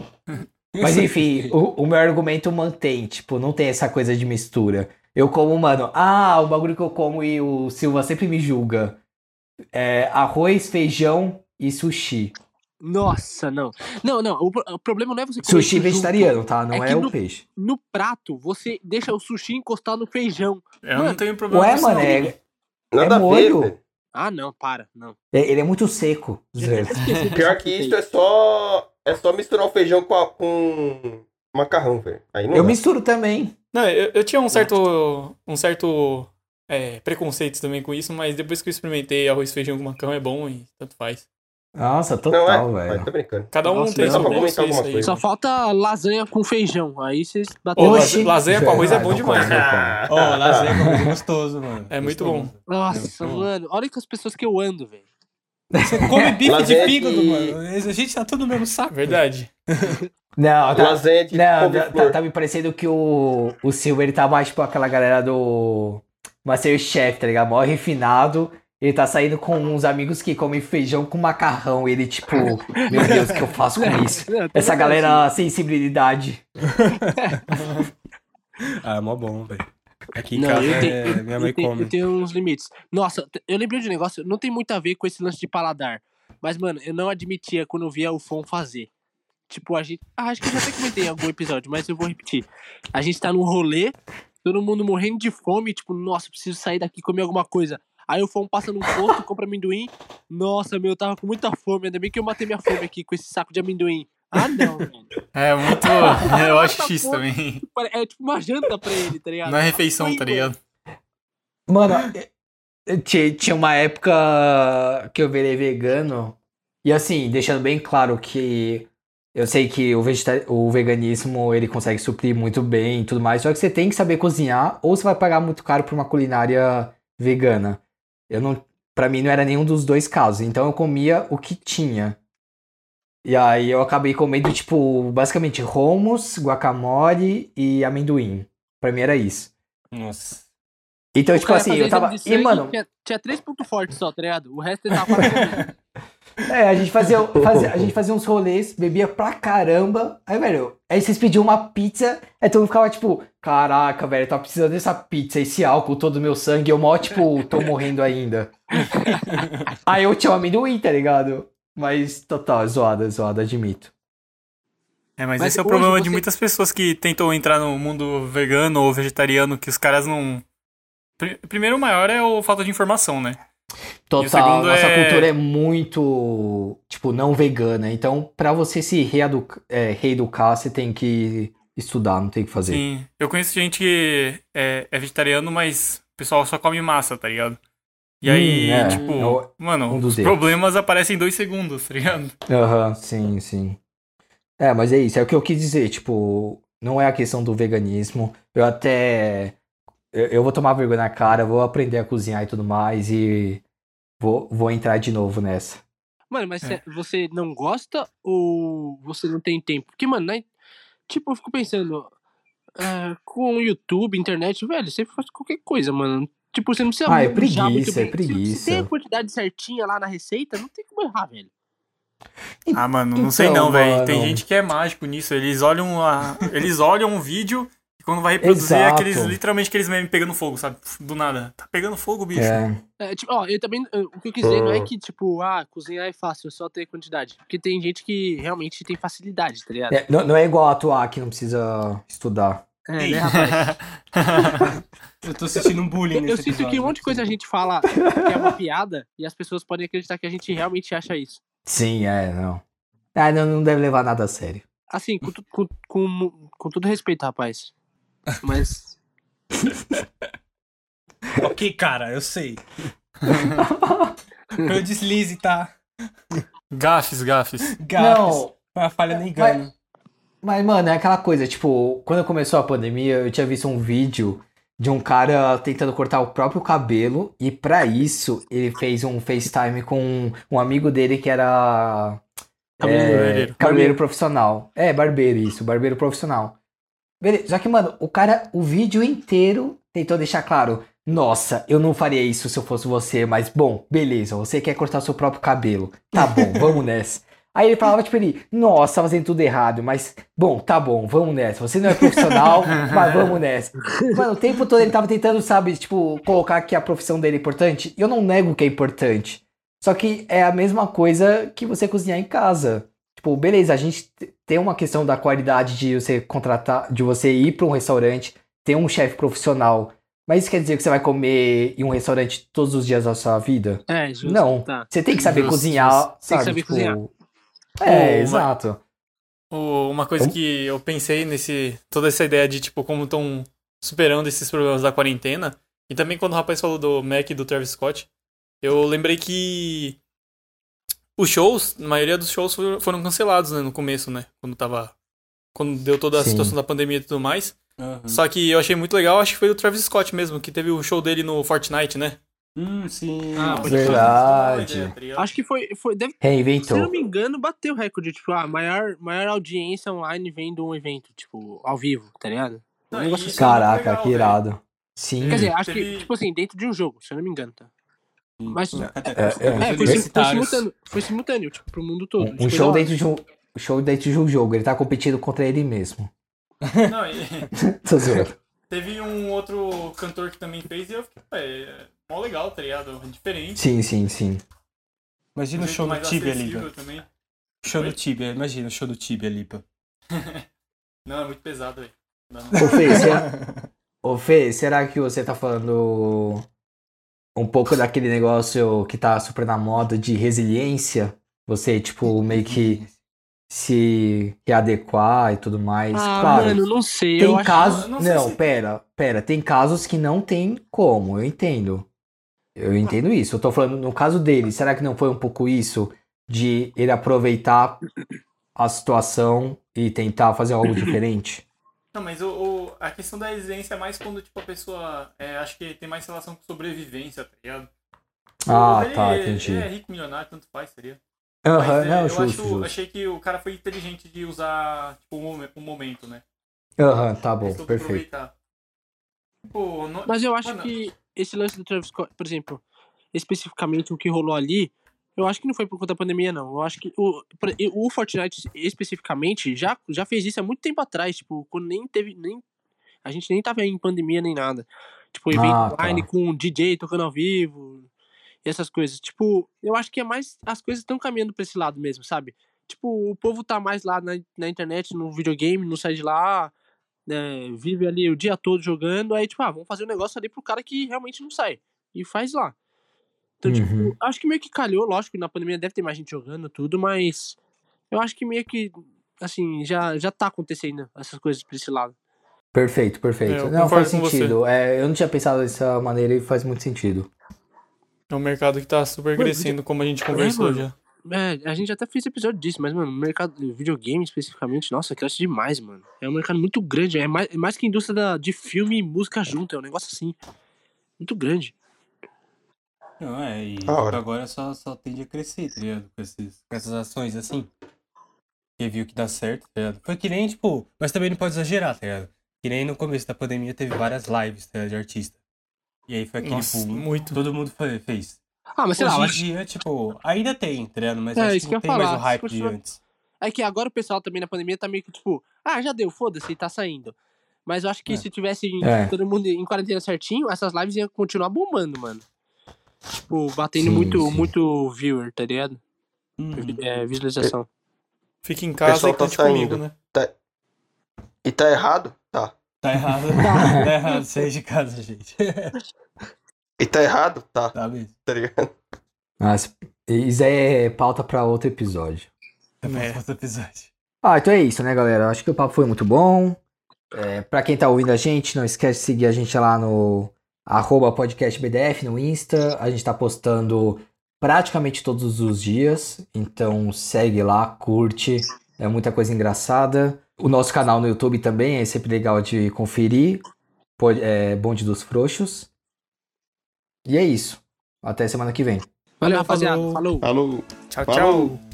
[SPEAKER 1] Mas enfim, o, o meu argumento mantém, tipo, não tem essa coisa de mistura. Eu como, mano, ah, o bagulho que eu como e o Silva sempre me julga. É arroz, feijão e sushi.
[SPEAKER 3] Nossa, não. Não, não. O, pro- o problema não é você comer isso
[SPEAKER 1] Sushi
[SPEAKER 3] junto.
[SPEAKER 1] vegetariano, tá? Não
[SPEAKER 3] É
[SPEAKER 1] é,
[SPEAKER 3] que
[SPEAKER 1] o
[SPEAKER 3] no-
[SPEAKER 1] peixe.
[SPEAKER 3] No prato, você deixa o sushi encostar no feijão.
[SPEAKER 2] Eu não
[SPEAKER 3] Mano,
[SPEAKER 2] tenho problema com
[SPEAKER 1] Ué,
[SPEAKER 2] isso,
[SPEAKER 1] mano,
[SPEAKER 2] não.
[SPEAKER 1] é-
[SPEAKER 4] Nada a ver,
[SPEAKER 1] molho.
[SPEAKER 4] velho.
[SPEAKER 3] Ah, não, para, não.
[SPEAKER 1] é- ele é muito seco.
[SPEAKER 3] é
[SPEAKER 1] Zé.
[SPEAKER 3] Esqueci
[SPEAKER 4] (laughs) Pior
[SPEAKER 3] dessa
[SPEAKER 4] que
[SPEAKER 3] fita
[SPEAKER 4] isso
[SPEAKER 3] aí.
[SPEAKER 4] é só. É só misturar o feijão com, a- com macarrão, velho. Aí não
[SPEAKER 1] Eu
[SPEAKER 4] dá.
[SPEAKER 1] misturo também.
[SPEAKER 2] Não, eu, eu tinha um certo, um certo é, preconceito também com isso, mas depois que eu experimentei arroz, feijão com macarrão é bom e tanto faz.
[SPEAKER 1] Nossa,
[SPEAKER 4] Não,
[SPEAKER 1] total,
[SPEAKER 4] é.
[SPEAKER 1] velho.
[SPEAKER 4] Mas tô brincando.
[SPEAKER 2] Cada um
[SPEAKER 3] Nossa,
[SPEAKER 2] tem
[SPEAKER 3] mas
[SPEAKER 2] seu
[SPEAKER 3] só pra
[SPEAKER 2] gosto,
[SPEAKER 4] comentar
[SPEAKER 2] é isso
[SPEAKER 4] alguma
[SPEAKER 2] aí.
[SPEAKER 4] coisa.
[SPEAKER 3] Só falta lasanha com feijão. Aí vocês
[SPEAKER 2] Pô,
[SPEAKER 3] bateram.
[SPEAKER 1] Oxe.
[SPEAKER 2] lase- lasanha com arroz é bom
[SPEAKER 1] Não como,
[SPEAKER 2] demais, né?
[SPEAKER 1] não como.
[SPEAKER 4] (laughs)
[SPEAKER 5] (laughs) Ó, lasanha é uma coisa gostoso, mano.
[SPEAKER 2] É muito
[SPEAKER 5] Gostoso.
[SPEAKER 3] Nossa,
[SPEAKER 5] Hum.
[SPEAKER 3] mano. Olha com as pessoas que eu ando, velho.
[SPEAKER 5] Você come bife
[SPEAKER 4] Lasanha
[SPEAKER 5] de fígado,
[SPEAKER 4] de-
[SPEAKER 5] mano. A gente tá tudo no mesmo saco.
[SPEAKER 2] Verdade.
[SPEAKER 1] Não, tá,
[SPEAKER 4] Lasanha é de
[SPEAKER 1] Não, tá,
[SPEAKER 4] couve-flor.
[SPEAKER 1] tá me parecendo que o, o Silver ele tá mais tipo aquela galera do Masterchef, tá ligado? Mó refinado. Ele tá saindo com uns amigos que comem feijão com macarrão. E ele, tipo, meu Deus, o que eu faço com isso?
[SPEAKER 3] Não,
[SPEAKER 1] Essa
[SPEAKER 3] tudo
[SPEAKER 1] galera, sensibilidade.
[SPEAKER 5] Ah, é mó bom, velho. Aqui em
[SPEAKER 3] Não,
[SPEAKER 5] casa
[SPEAKER 3] eu tenho-
[SPEAKER 5] é- minha
[SPEAKER 3] Eu
[SPEAKER 5] mãe
[SPEAKER 3] tenho-
[SPEAKER 5] come.
[SPEAKER 3] Eu tenho uns limites. Nossa, t- eu lembrei de um negócio, não tem muito a ver com esse lance de paladar. Mas, mano, eu não admitia quando eu via o Fon fazer. Tipo, a gente. Ah, acho que eu já até comentei em algum episódio, mas eu vou repetir. A gente tá num rolê, todo mundo morrendo de fome, tipo, nossa, preciso sair daqui e comer alguma coisa. Aí o Fon passa num ponto, compra amendoim. Nossa, meu, eu tava com muita fome, ainda bem que eu matei minha fome aqui com esse saco de amendoim. Ah, não, mano.
[SPEAKER 2] É muito. Eu acho
[SPEAKER 3] Tá
[SPEAKER 2] X
[SPEAKER 3] bom.
[SPEAKER 2] também.
[SPEAKER 3] É tipo uma janta pra ele, tá ligado?
[SPEAKER 2] Não é refeição, tá ligado?
[SPEAKER 1] Mano, eh, ti- tinha uma época que eu virei vegano. E assim, deixando bem claro que eu sei que o, vegeta- o veganismo ele consegue suprir muito bem e tudo mais, só que você tem que saber cozinhar ou você vai pagar muito caro por uma culinária vegana. Eu não, Pra mim não era nenhum dos dois casos. Então eu comia o que tinha. E aí eu acabei comendo, tipo, basicamente romos, guacamole e amendoim. Pra mim era isso.
[SPEAKER 5] Nossa.
[SPEAKER 1] Então,
[SPEAKER 3] O
[SPEAKER 1] tipo
[SPEAKER 3] cara
[SPEAKER 1] assim,
[SPEAKER 3] fazia
[SPEAKER 1] eu tava.
[SPEAKER 3] exame de
[SPEAKER 1] E,
[SPEAKER 3] sangue,
[SPEAKER 1] mano,
[SPEAKER 3] Tinha, tinha três pontos fortes só, tá ligado? O resto ele
[SPEAKER 1] (laughs)
[SPEAKER 3] tava quase.
[SPEAKER 1] É, a gente fazia, fazia- a gente fazia uns rolês, bebia pra caramba. Aí, velho, aí vocês pediam uma pizza, aí todo mundo ficava tipo, caraca, velho, tá precisando dessa pizza, esse álcool todo no meu sangue, eu mó, tipo, tô morrendo
[SPEAKER 2] (laughs)
[SPEAKER 1] ainda. aí eu tinha o amendoim, tá ligado? Mas, total, é zoada, é zoada, admito.
[SPEAKER 2] É, mas,
[SPEAKER 3] Mas
[SPEAKER 2] esse é o
[SPEAKER 3] hoje
[SPEAKER 2] problema de
[SPEAKER 3] você-
[SPEAKER 2] muitas pessoas que tentam entrar no mundo vegano ou vegetariano, que os caras não. Pri- Primeiro, o maior é o falta de informação, né?
[SPEAKER 1] Total,
[SPEAKER 2] segundo
[SPEAKER 1] nossa
[SPEAKER 2] é-
[SPEAKER 1] cultura é muito, tipo, não vegana. Então, pra você se reeduca- é, reeducar, você tem que estudar, não tem o que fazer.
[SPEAKER 2] Sim. Eu conheço gente que é, é vegetariano, mas o pessoal só come massa, tá ligado? E
[SPEAKER 1] Hum,
[SPEAKER 2] aí,
[SPEAKER 1] é.
[SPEAKER 2] tipo,
[SPEAKER 1] É o-
[SPEAKER 2] mano,
[SPEAKER 1] um dos
[SPEAKER 2] os
[SPEAKER 1] erros.
[SPEAKER 2] problemas aparecem em dois segundos, tá ligado?
[SPEAKER 1] Aham, sim, sim. É, mas é isso, é o que eu quis dizer, tipo, não é a questão do veganismo. Eu até. Eu, eu vou tomar vergonha na cara, vou aprender a cozinhar e tudo mais, e vou, vou entrar de novo nessa.
[SPEAKER 3] Mano, mas
[SPEAKER 2] É.
[SPEAKER 3] cê- você não gosta ou você não tem tempo? Porque, mano, né, tipo, eu fico pensando, ah, com o YouTube, internet, velho, você faz qualquer coisa, mano. Tipo, você não precisa
[SPEAKER 1] Ah, é
[SPEAKER 3] manjar muito
[SPEAKER 1] preguiça, é
[SPEAKER 3] bem. Se- Se, tem a
[SPEAKER 1] preguiça.
[SPEAKER 3] quantidade certinha lá na receita, não tem como errar, velho.
[SPEAKER 2] Ah, mano, não sei
[SPEAKER 1] Então,
[SPEAKER 2] não, velho. Tem
[SPEAKER 1] mano.
[SPEAKER 2] gente que é mágico nisso. Eles olham a... eles olham um vídeo e quando vai reproduzir é
[SPEAKER 1] Exato.
[SPEAKER 2] aqueles literalmente aqueles memes pegando fogo, sabe? Do nada. Tá pegando fogo, bicho.
[SPEAKER 1] É,
[SPEAKER 2] (laughs)
[SPEAKER 3] É, tipo, ó, eu também, eh, o que eu quis dizer não é
[SPEAKER 4] Hum.
[SPEAKER 3] que, tipo, ah, cozinhar é fácil, é só ter quantidade. Porque tem gente que realmente tem facilidade, tá ligado?
[SPEAKER 1] É, não, não é igual atuar que não precisa estudar.
[SPEAKER 3] É, né, rapaz?
[SPEAKER 5] Eu tô sentindo um bullying
[SPEAKER 3] Eu,
[SPEAKER 5] nesse
[SPEAKER 3] eu sinto que
[SPEAKER 5] episódio.
[SPEAKER 3] um monte de coisa a gente fala que é uma piada e as pessoas podem acreditar que a gente realmente acha isso.
[SPEAKER 1] Sim, é, não. Ah, não, não deve levar nada a sério.
[SPEAKER 3] Assim, com, tu- com, com, mu- com todo respeito, rapaz. Mas.
[SPEAKER 5] Ok, cara, eu sei.
[SPEAKER 3] (laughs)
[SPEAKER 5] Meu deslize, tá?
[SPEAKER 2] Gafes, gafes.
[SPEAKER 5] Gafes. Uma falha no
[SPEAKER 4] É,
[SPEAKER 5] engano.
[SPEAKER 1] Mas, mano, é aquela coisa, tipo, quando começou a pandemia, eu tinha visto um vídeo de um cara tentando cortar o próprio cabelo, e pra isso ele fez um FaceTime com um, um amigo dele que era
[SPEAKER 2] Cabeleireiro.
[SPEAKER 1] cabeleireiro profissional. É, barbeiro, isso, barbeiro profissional. Beleza, só que, mano, o cara, o vídeo inteiro tentou deixar claro: nossa, eu não faria isso se eu fosse você, mas bom, beleza, você quer cortar seu próprio cabelo. Tá bom, vamos nessa. Aí ele falava, tipo, ele, nossa, tá fazendo tudo errado, mas, bom, tá bom, vamos nessa. Você não é
[SPEAKER 3] (laughs)
[SPEAKER 1] profissional, mas vamos nessa. Mano, o tempo todo ele tava tentando, sabe, tipo, colocar que a profissão dele é importante. E eu não nego que é importante. Só que é a mesma coisa que você cozinhar em casa. Tipo, beleza, a gente te- tem uma questão da qualidade de você contratar, de você ir pra um restaurante, ter um chefe profissional. Mas isso quer dizer que você vai comer em um restaurante todos os dias da sua vida?
[SPEAKER 3] É, justo.
[SPEAKER 1] Não.
[SPEAKER 3] Tá.
[SPEAKER 1] Você tem que saber
[SPEAKER 2] Justo,
[SPEAKER 1] cozinhar,
[SPEAKER 2] justo.
[SPEAKER 1] sabe?
[SPEAKER 3] Tem que saber
[SPEAKER 1] tipo...
[SPEAKER 3] cozinhar.
[SPEAKER 1] É,
[SPEAKER 2] Ou,
[SPEAKER 1] exato.
[SPEAKER 2] O- Uma coisa
[SPEAKER 1] Então-
[SPEAKER 2] que eu pensei nesse. toda essa ideia de, tipo, como estão superando esses problemas da quarentena. E também quando o rapaz falou do Mac e do Travis Scott, eu lembrei que os shows, a maioria dos shows for- foram cancelados, né, no começo, né? Quando tava. Quando deu toda a
[SPEAKER 1] Sim.
[SPEAKER 2] situação da pandemia e tudo mais.
[SPEAKER 5] Aham.
[SPEAKER 2] Só que eu achei muito legal, acho que foi o Travis Scott mesmo, que teve o show dele no Fortnite, né?
[SPEAKER 5] Hum, sim.
[SPEAKER 3] Ah, pode
[SPEAKER 1] Verdade.
[SPEAKER 3] Acho que foi. foi deve, se eu não
[SPEAKER 1] Reinventou.
[SPEAKER 3] me engano, bateu o recorde. Tipo, a maior, maior audiência online vendo um evento, tipo, ao vivo, tá ligado? Um negócio assim.
[SPEAKER 1] Caraca, que irado. Sim.
[SPEAKER 3] Quer dizer, acho
[SPEAKER 2] Teve-
[SPEAKER 3] que, tipo assim, dentro de um jogo, se eu não me engano, tá? Mas-
[SPEAKER 1] É,
[SPEAKER 3] É, foi, sim- foi
[SPEAKER 5] universitários.
[SPEAKER 3] simultâneo, foi simultâneo, tipo, pro mundo todo.
[SPEAKER 1] um, um show dentro de um, um show dentro de um jogo. Ele tá competindo contra ele mesmo. (laughs)
[SPEAKER 2] Não, e-
[SPEAKER 1] Tô zoando.
[SPEAKER 2] Teve um outro cantor que também fez e eu fiquei, ué, é mó legal, tá ligado? Diferente.
[SPEAKER 1] Sim, sim, sim.
[SPEAKER 5] Imagina
[SPEAKER 2] um
[SPEAKER 5] o
[SPEAKER 2] jeito
[SPEAKER 5] show do
[SPEAKER 2] mais
[SPEAKER 5] Tibia,
[SPEAKER 2] acessível
[SPEAKER 1] né?
[SPEAKER 5] Lipa.
[SPEAKER 2] também.
[SPEAKER 5] Show do
[SPEAKER 2] Oi?
[SPEAKER 5] Tibia, imagina o show do Tibia, Lipa.
[SPEAKER 2] Não, é muito pesado, velho. Não dá
[SPEAKER 1] Ô,
[SPEAKER 2] não.
[SPEAKER 3] (laughs)
[SPEAKER 1] Fê, será... Ô, Fê, será que você tá falando um pouco daquele negócio que tá super na moda de resiliência? Você, tipo, meio que se readequar e tudo mais.
[SPEAKER 3] Ah,
[SPEAKER 1] claro,
[SPEAKER 3] mano, não sei. eu
[SPEAKER 1] um tem
[SPEAKER 3] acho-
[SPEAKER 1] casos.
[SPEAKER 2] não
[SPEAKER 1] Não,
[SPEAKER 2] sei se-
[SPEAKER 1] pera, pera. Tem casos que não tem como, eu entendo. Eu
[SPEAKER 2] Ah.
[SPEAKER 1] entendo isso. Eu tô falando, no caso dele, será que não foi um pouco isso de ele aproveitar a situação e tentar fazer algo diferente?
[SPEAKER 2] Não, mas o, o- a questão da resiliência é mais quando, tipo, a pessoa. é, acho que tem mais relação com sobrevivência, tá ligado? Tipo,
[SPEAKER 1] Ah,
[SPEAKER 2] ele
[SPEAKER 1] tá,
[SPEAKER 2] é-
[SPEAKER 1] entendi.
[SPEAKER 2] é rico, milionário, tanto faz, seria. Mas,
[SPEAKER 1] Aham,
[SPEAKER 2] é,
[SPEAKER 1] não,
[SPEAKER 2] eu
[SPEAKER 1] justo,
[SPEAKER 2] acho,
[SPEAKER 1] justo.
[SPEAKER 2] achei que o cara foi inteligente de usar tipo, o momen- o momento, né?
[SPEAKER 1] Aham, tá
[SPEAKER 2] Ele
[SPEAKER 1] bom,
[SPEAKER 2] soube
[SPEAKER 1] perfeito.
[SPEAKER 2] aproveitar. Tipo, não-
[SPEAKER 3] Mas eu acho
[SPEAKER 2] Mano.
[SPEAKER 3] que esse lance do Travis Scott, por exemplo, especificamente o que rolou ali, eu acho que não foi por conta da pandemia, não. Eu acho que o, pra- e o Fortnite, especificamente, já, já fez isso há muito tempo atrás, tipo, quando nem teve. Nem, a gente nem tava em pandemia nem nada. Tipo, evento
[SPEAKER 1] Ah, tá.
[SPEAKER 3] online com DJ tocando ao vivo e essas coisas. Tipo, eu acho que é mais. As coisas estão caminhando pra esse lado mesmo, sabe? Tipo, o povo tá mais lá na, na internet, no videogame, não sai de lá, né, vive ali o dia todo jogando, aí tipo, ah, vamos fazer um negócio ali pro cara que realmente não sai. E faz lá. Então, tipo,
[SPEAKER 1] Uhum.
[SPEAKER 3] acho que meio que calhou, lógico, na pandemia deve ter mais gente jogando tudo, mas eu acho que meio que, assim, já, já tá acontecendo essas coisas pra esse lado.
[SPEAKER 1] Perfeito, perfeito.
[SPEAKER 2] É, eu
[SPEAKER 1] não,
[SPEAKER 2] concordo
[SPEAKER 1] faz
[SPEAKER 2] com você.
[SPEAKER 1] sentido. É, eu não tinha pensado dessa maneira e faz muito sentido.
[SPEAKER 2] É um mercado que tá super
[SPEAKER 3] Mano,
[SPEAKER 2] crescendo, como a gente conversou
[SPEAKER 3] mano.
[SPEAKER 2] já.
[SPEAKER 3] É, a gente até fez episódio disso, mas, mano, no mercado de videogame especificamente, nossa, cresce demais, mano. É um mercado muito grande, é mais, é mais que a indústria da- de filme e música junto, é um negócio assim. Muito grande.
[SPEAKER 5] Não, é, e
[SPEAKER 4] Da hora.
[SPEAKER 5] agora só, só tende a crescer, tá ligado? Com, esses- com essas ações assim. Que viu que dá certo, tá ligado? Foi que nem, tipo, mas também não pode exagerar, tá ligado? Que nem no começo da pandemia teve várias lives, tá ligado? De artista. E aí foi aquele
[SPEAKER 2] Nossa,
[SPEAKER 1] tipo,
[SPEAKER 5] boom.
[SPEAKER 2] muito.
[SPEAKER 5] Todo mundo foi- fez.
[SPEAKER 3] Ah, mas sei lá, eu
[SPEAKER 5] Hoje
[SPEAKER 3] acho
[SPEAKER 5] em dia, tipo, ainda tem, tá ligado? Mas
[SPEAKER 3] É,
[SPEAKER 5] acho
[SPEAKER 3] isso
[SPEAKER 5] que
[SPEAKER 3] que
[SPEAKER 5] não
[SPEAKER 3] eu ia
[SPEAKER 5] tem mais o
[SPEAKER 3] falar, se
[SPEAKER 5] hype
[SPEAKER 3] continuar-
[SPEAKER 5] de antes.
[SPEAKER 3] É que agora o pessoal também na pandemia tá meio que tipo, ah, já deu, foda-se, tá saindo. Mas eu acho que
[SPEAKER 5] É.
[SPEAKER 3] se tivesse
[SPEAKER 1] É.
[SPEAKER 3] todo mundo em quarentena certinho, essas lives iam continuar bombando, mano. Tipo, batendo
[SPEAKER 1] Sim,
[SPEAKER 3] muito,
[SPEAKER 1] sim.
[SPEAKER 3] muito viewer, tá ligado?
[SPEAKER 5] Uhum.
[SPEAKER 3] É, visualização.
[SPEAKER 2] Fica em casa
[SPEAKER 4] pessoal
[SPEAKER 2] e
[SPEAKER 4] tá
[SPEAKER 2] cante comigo,
[SPEAKER 4] saindo.
[SPEAKER 2] né?
[SPEAKER 4] E tá errado? Tá.
[SPEAKER 5] Tá
[SPEAKER 3] (laughs)
[SPEAKER 5] errado. tá errado, sair de casa, gente.
[SPEAKER 4] E tá errado? Tá,
[SPEAKER 5] tá mesmo.
[SPEAKER 4] tá ligado?
[SPEAKER 1] Mas isso é pauta pra outro episódio.
[SPEAKER 5] É.
[SPEAKER 2] É.
[SPEAKER 5] Outro episódio.
[SPEAKER 1] Ah, então é isso, né, galera? Acho que o papo foi muito bom. É, pra quem tá ouvindo a gente, não esquece de seguir a gente lá no arroba podcastbdf no Insta. A gente tá postando praticamente todos os dias. Então segue lá, curte. É muita coisa engraçada. O nosso canal no YouTube também é sempre legal de conferir. Pod- é, Bonde dos Frouxos. E é isso. Até semana que vem.
[SPEAKER 3] Valeu, rapaziada. falou.
[SPEAKER 5] falou.
[SPEAKER 4] Alô.
[SPEAKER 2] Tchau,
[SPEAKER 4] Falou.
[SPEAKER 2] tchau.